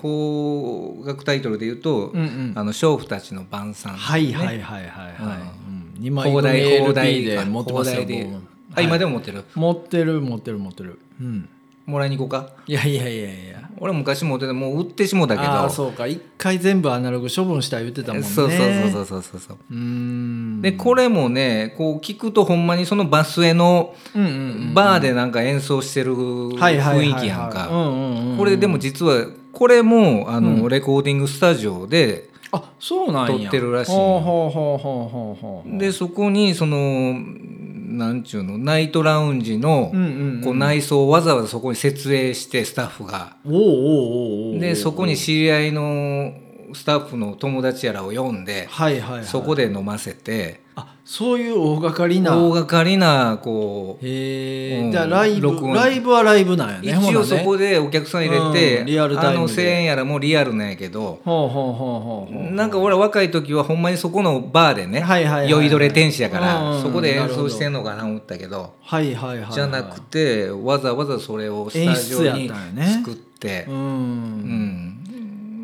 Speaker 2: 邦楽タイトルで言うと「
Speaker 1: うんうん
Speaker 2: あの娼婦たちの晩餐」
Speaker 1: はいはいはいはいはい
Speaker 2: うん。
Speaker 1: うん二枚
Speaker 2: 放
Speaker 1: 組
Speaker 2: 題放
Speaker 1: LP
Speaker 2: 題
Speaker 1: で持ってますよ。
Speaker 2: 放題で
Speaker 1: 僕
Speaker 2: あ、今でも持ってる
Speaker 1: 持ってる持ってる持ってる。うん。
Speaker 2: もらいに行こうか
Speaker 1: いやいやいやいや。
Speaker 2: 俺昔持ってたもう売ってしもうたけど
Speaker 1: ああそうか一回全部アナログ処分した言ってたもんね
Speaker 2: そうそうそううそうそうそう
Speaker 1: うーん
Speaker 2: でこれもねこう聞くとほんまにそのバスへの
Speaker 1: うんうんうん
Speaker 2: バーでなんか演奏してる
Speaker 1: はいはいはい
Speaker 2: 雰
Speaker 1: はい
Speaker 2: 囲気やん
Speaker 1: う
Speaker 2: か
Speaker 1: んうんうん
Speaker 2: これでも実はこれもあのレコーディングスタジオで
Speaker 1: あそうなんや
Speaker 2: 撮ってるらしい
Speaker 1: ほうほうほうほうほうほう
Speaker 2: でそこにそのなんちゅうのナイトラウンジの
Speaker 1: うんうんうん
Speaker 2: こう内装をわざわざそこに設営してスタッフが。
Speaker 1: おうおうおうおうおう
Speaker 2: でそこに知り合いのスタッフの友達やらを読んで、
Speaker 1: はいはい、はい、
Speaker 2: そこで飲ませて
Speaker 1: あそういう大掛かりな
Speaker 2: 大掛かりなこう
Speaker 1: へえ、
Speaker 2: うん
Speaker 1: じゃあライ
Speaker 2: 録
Speaker 1: ブ
Speaker 2: 音
Speaker 1: ライブはライブなんやね
Speaker 2: 一応そ
Speaker 1: ほ
Speaker 2: こ
Speaker 1: なね
Speaker 2: でお客さん入れ
Speaker 1: うん
Speaker 2: て、
Speaker 1: リアルタ
Speaker 2: あ
Speaker 1: イムで
Speaker 2: の声援やらもリアルなんやけど、
Speaker 1: ほうほうほうほうほう
Speaker 2: なんか俺は若い時はほんまにそこのバーでね、
Speaker 1: はいはいはいはい
Speaker 2: 酔いどれ天使やから、
Speaker 1: うんうん
Speaker 2: そこで演奏してんのかな思ったけど
Speaker 1: はいはいはいはい
Speaker 2: じゃなくてわざわざそれをスタジ
Speaker 1: 演
Speaker 2: オ
Speaker 1: 出やっ
Speaker 2: に
Speaker 1: たんやね
Speaker 2: 作って、
Speaker 1: う
Speaker 2: うん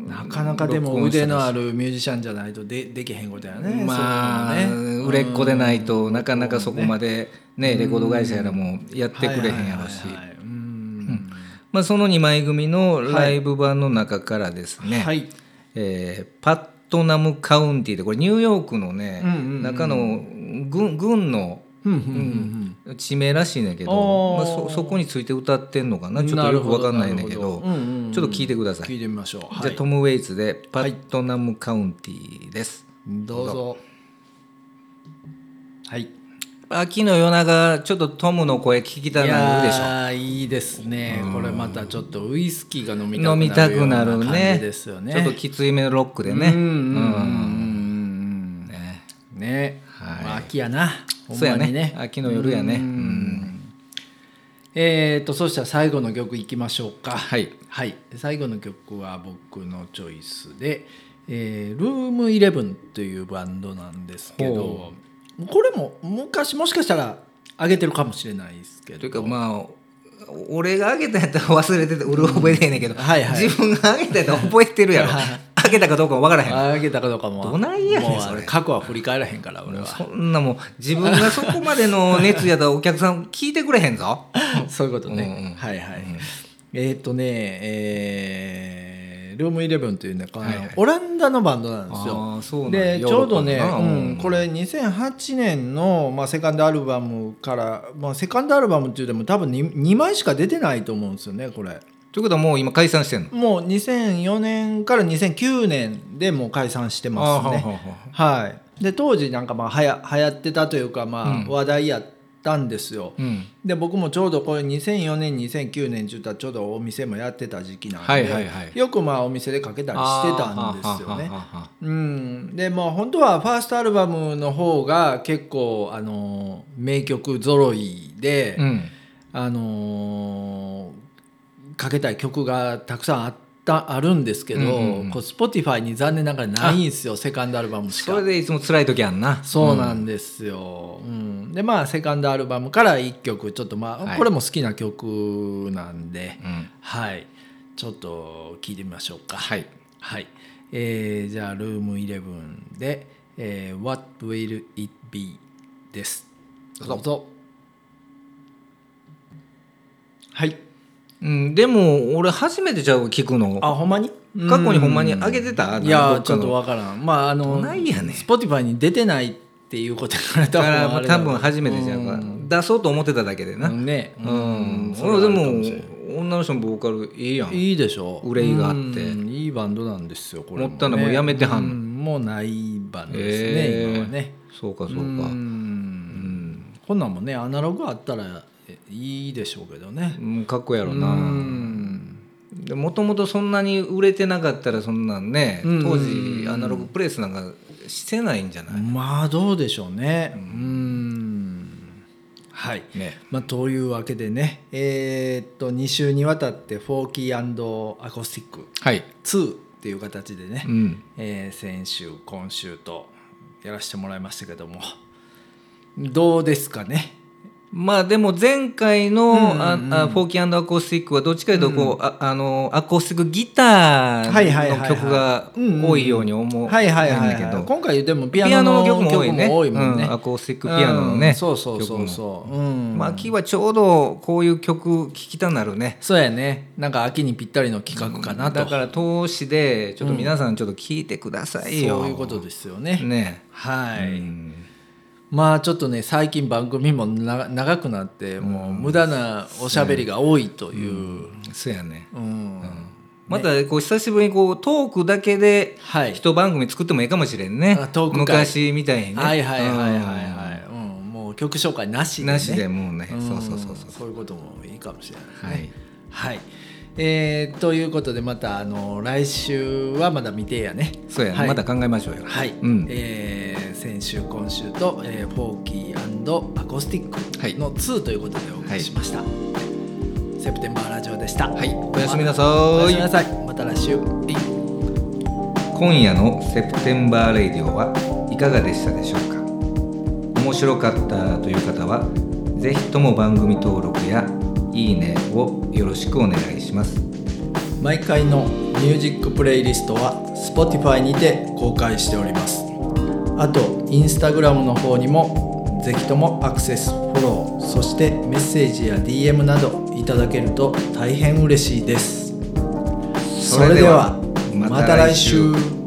Speaker 1: ん、なかなかでも
Speaker 2: 録音し
Speaker 1: 腕
Speaker 2: たんです
Speaker 1: のあるミュージシャンじゃないとでできへんことやね
Speaker 2: まあ、
Speaker 1: そういうのね
Speaker 2: 売れっ子でないとなかなかそこまで、ねレコード会社やらもやってくれへんやろし
Speaker 1: はいはいはいはいうん
Speaker 2: まあその2枚組のライブ版の中からですね、
Speaker 1: はい
Speaker 2: えーパットナムカウンティでこれニューヨークのね、
Speaker 1: うんうんうん
Speaker 2: 中の軍軍の
Speaker 1: うんうんうん
Speaker 2: 地名らしいねんだけど、
Speaker 1: お
Speaker 2: ま
Speaker 1: ー
Speaker 2: あ、そそこについて歌ってんのか
Speaker 1: う
Speaker 2: なんちょっとよくわかんないんだけど
Speaker 1: なるほうんうんうん
Speaker 2: ちょっと聞いてください、
Speaker 1: 聞いてみましょう、はい、
Speaker 2: じゃあトム・ウェイツで「パットナムカウンティ」です、
Speaker 1: どうぞはい
Speaker 2: 秋の夜長ちょっとトムの声聞きたくなるでし
Speaker 1: い
Speaker 2: ょ
Speaker 1: やーいいですね、これまたちょっとウイスキーが飲み
Speaker 2: 飲みたくな
Speaker 1: よう
Speaker 2: る
Speaker 1: 感
Speaker 2: ね
Speaker 1: じですよね
Speaker 2: ちょっときついめのロックでね、
Speaker 1: うんうんうんうんうん
Speaker 2: ね
Speaker 1: うんね、
Speaker 2: はい
Speaker 1: まあ秋やなほん
Speaker 2: そう
Speaker 1: ま
Speaker 2: や
Speaker 1: に
Speaker 2: ね
Speaker 1: ね
Speaker 2: 秋の夜やね
Speaker 1: うん
Speaker 2: うん
Speaker 1: えー、とそしたら最後の曲いきましょうか
Speaker 2: はい
Speaker 1: はい最後の曲は僕のチョイスで、えー、ルームイレブンというバンドなんですけど
Speaker 2: ほ
Speaker 1: これも昔もしかしたら上げてるかもしれないですけど
Speaker 2: というかまあ俺があげたやったら忘れてて俺覚えてへんねんけど、
Speaker 1: うんはいはい
Speaker 2: 自分があげたやったら覚えてるやろあげたかどうかも分からへん
Speaker 1: あげたかどうかも
Speaker 2: どないやねん
Speaker 1: もう
Speaker 2: それ
Speaker 1: 過去は振り返らへんから俺は
Speaker 2: そんなもん自分がそこまでの熱やったらお客さん聞いてくれへんぞ
Speaker 1: そういうことね、
Speaker 2: うんうん
Speaker 1: はいはい、えっ、とねえールームイレブンというね、この
Speaker 2: はいはい
Speaker 1: オランダのバンドなんですよ
Speaker 2: ああそうなんや
Speaker 1: でちょうどね、
Speaker 2: ヨーロッパのな
Speaker 1: うんこれ2008年の、まあ、セカンドアルバムから、まあ、セカンドアルバムっていうでも多分 2, 2枚しか出てないと思うんですよねこれ
Speaker 2: ということはもう今解散してんの
Speaker 1: もう2004年から2009年でもう解散して
Speaker 2: ああ
Speaker 1: ますね
Speaker 2: はあはあはあ
Speaker 1: はい、で当時なんかまあはや流行ってたというかま
Speaker 2: うん
Speaker 1: あ話題やったんですよ、
Speaker 2: うん
Speaker 1: で僕もちょうどこれ2004年2009年って言ったらちょうどお店もやってた時期なんで、
Speaker 2: はいはいはい
Speaker 1: よくまあお店でかけたりしてたんですよね
Speaker 2: ああはあはあはあ
Speaker 1: うん、でまあ本当はファーストアルバムの方が結構あの名曲ぞろいで、
Speaker 2: うん
Speaker 1: あのーかけたい曲がたくさんあったあるんですけど、
Speaker 2: うんうんうん
Speaker 1: こう Spotify に残念ながらないんですよセカンドアルバムしか
Speaker 2: それでいつも辛い時あんな
Speaker 1: そうなんですよ、うんでまあセカンドアルバムから1曲ちょっとまあ、
Speaker 2: はい
Speaker 1: これも好きな曲なんで、
Speaker 2: うん
Speaker 1: はいちょっと聞いてみましょうか
Speaker 2: はい
Speaker 1: はい、えーじゃあルームイレブンで、えー What will it be ですどうぞはい
Speaker 2: うんでも俺初めてじゃあ聞くの
Speaker 1: あほんまに
Speaker 2: 過去にほんまにあげてた
Speaker 1: い
Speaker 2: ど
Speaker 1: や
Speaker 2: っ
Speaker 1: ち
Speaker 2: か
Speaker 1: ょ
Speaker 2: の
Speaker 1: っとわからんまああの
Speaker 2: どないやねん
Speaker 1: Spotify に出てないっていうことやから多分
Speaker 2: だからま
Speaker 1: あ
Speaker 2: あ
Speaker 1: れ
Speaker 2: 多
Speaker 1: だ
Speaker 2: 分初めてじゃん
Speaker 1: う
Speaker 2: か
Speaker 1: ん
Speaker 2: 出そうと思ってただけでな
Speaker 1: ね
Speaker 2: う
Speaker 1: うんそれは
Speaker 2: 俺
Speaker 1: あ
Speaker 2: で
Speaker 1: るかもしれん
Speaker 2: も女の人のボーカルいいやん
Speaker 1: いいでしょ
Speaker 2: 憂いがあって
Speaker 1: うんいいバンドなんですよこれ
Speaker 2: もったいないもうやめてはんの
Speaker 1: うもうないバンドですね、
Speaker 2: へー
Speaker 1: 今はね
Speaker 2: そうかそうか
Speaker 1: うん
Speaker 2: うん
Speaker 1: こんなんもねアナログあったらいいでしょうけどね
Speaker 2: うんかっこやろ
Speaker 1: う
Speaker 2: なんでもともとそんなに売れてなかったらそんなんね
Speaker 1: うん
Speaker 2: 当時アナログプレスなんかしてないんじゃない
Speaker 1: まあどうでしょうねうんはい
Speaker 2: ね
Speaker 1: まあ、というわけでねえーっと2週にわたって「フォーキーアコースティック
Speaker 2: はい
Speaker 1: 2」っていう形でね、
Speaker 2: うん
Speaker 1: えー先週今週とやらせてもらいましたけどもどうですかね
Speaker 2: まあでも前回の、
Speaker 1: うん
Speaker 2: あ
Speaker 1: うん
Speaker 2: あフォーキーアコースティックはどっちかというとこう、ああのアコースティックギター
Speaker 1: はいはいはいは
Speaker 2: の
Speaker 1: い
Speaker 2: 曲が多いように思うんだ
Speaker 1: はいはいはい、
Speaker 2: け
Speaker 1: はい、
Speaker 2: ど
Speaker 1: 今回でもピ
Speaker 2: ピ
Speaker 1: ア
Speaker 2: ア
Speaker 1: ノ
Speaker 2: ノ
Speaker 1: の
Speaker 2: の
Speaker 1: 曲も
Speaker 2: 曲も
Speaker 1: 多
Speaker 2: 多
Speaker 1: い
Speaker 2: いね
Speaker 1: もんね、
Speaker 2: うんアコースティックピアノのね
Speaker 1: うんそうそうそうそう、うん
Speaker 2: まあ、秋はちょうどこういう曲聴きたなるね
Speaker 1: そうやねなんか秋にぴったりの企画かなと、
Speaker 2: だから投資でちょっと皆さんちょっと聴いてくださいよ、
Speaker 1: そういうことですよね
Speaker 2: ね
Speaker 1: はい、
Speaker 2: うん
Speaker 1: まあちょっとね最近番組もな長くなってもう無駄なおしゃべりが多いという、
Speaker 2: そうやね
Speaker 1: うん
Speaker 2: またこう久しぶりにこうトークだけで
Speaker 1: はい
Speaker 2: 一番組作ってもいいかもしれんね、
Speaker 1: あトーク会
Speaker 2: 昔みたいにね
Speaker 1: はいはいはいはいはい、うんもう曲紹介なしで、
Speaker 2: うん
Speaker 1: ね、
Speaker 2: なしでもうね、
Speaker 1: うん
Speaker 2: そうそうそうそう
Speaker 1: そういうこともいいかもしれないですね
Speaker 2: はい
Speaker 1: はい、えーということでまたあの来週はまだ未定やね
Speaker 2: そうやね、
Speaker 1: はい
Speaker 2: また考えましょうよ
Speaker 1: はい、
Speaker 2: うん
Speaker 1: えー先週今週と、えー、フォーキーアコースティ
Speaker 2: は
Speaker 1: ッ
Speaker 2: い
Speaker 1: クの2ということでお送りしました、セプテンバーラジオでした
Speaker 2: はいおやすみなさ
Speaker 1: おやす
Speaker 2: ーい
Speaker 1: みなさいまた来週
Speaker 2: 今夜のセプテンバーレイディオはいかがでしたでしょうか面白かったという方はぜひとも番組登録やいいねをよろしくお願いします
Speaker 1: 毎回のミュージックプレイリストは Spotify にて公開しておりますあと Instagram の方にもぜひともアクセスフォローそしてメッセージや DM などいただけると大変嬉しいですそれではまた来週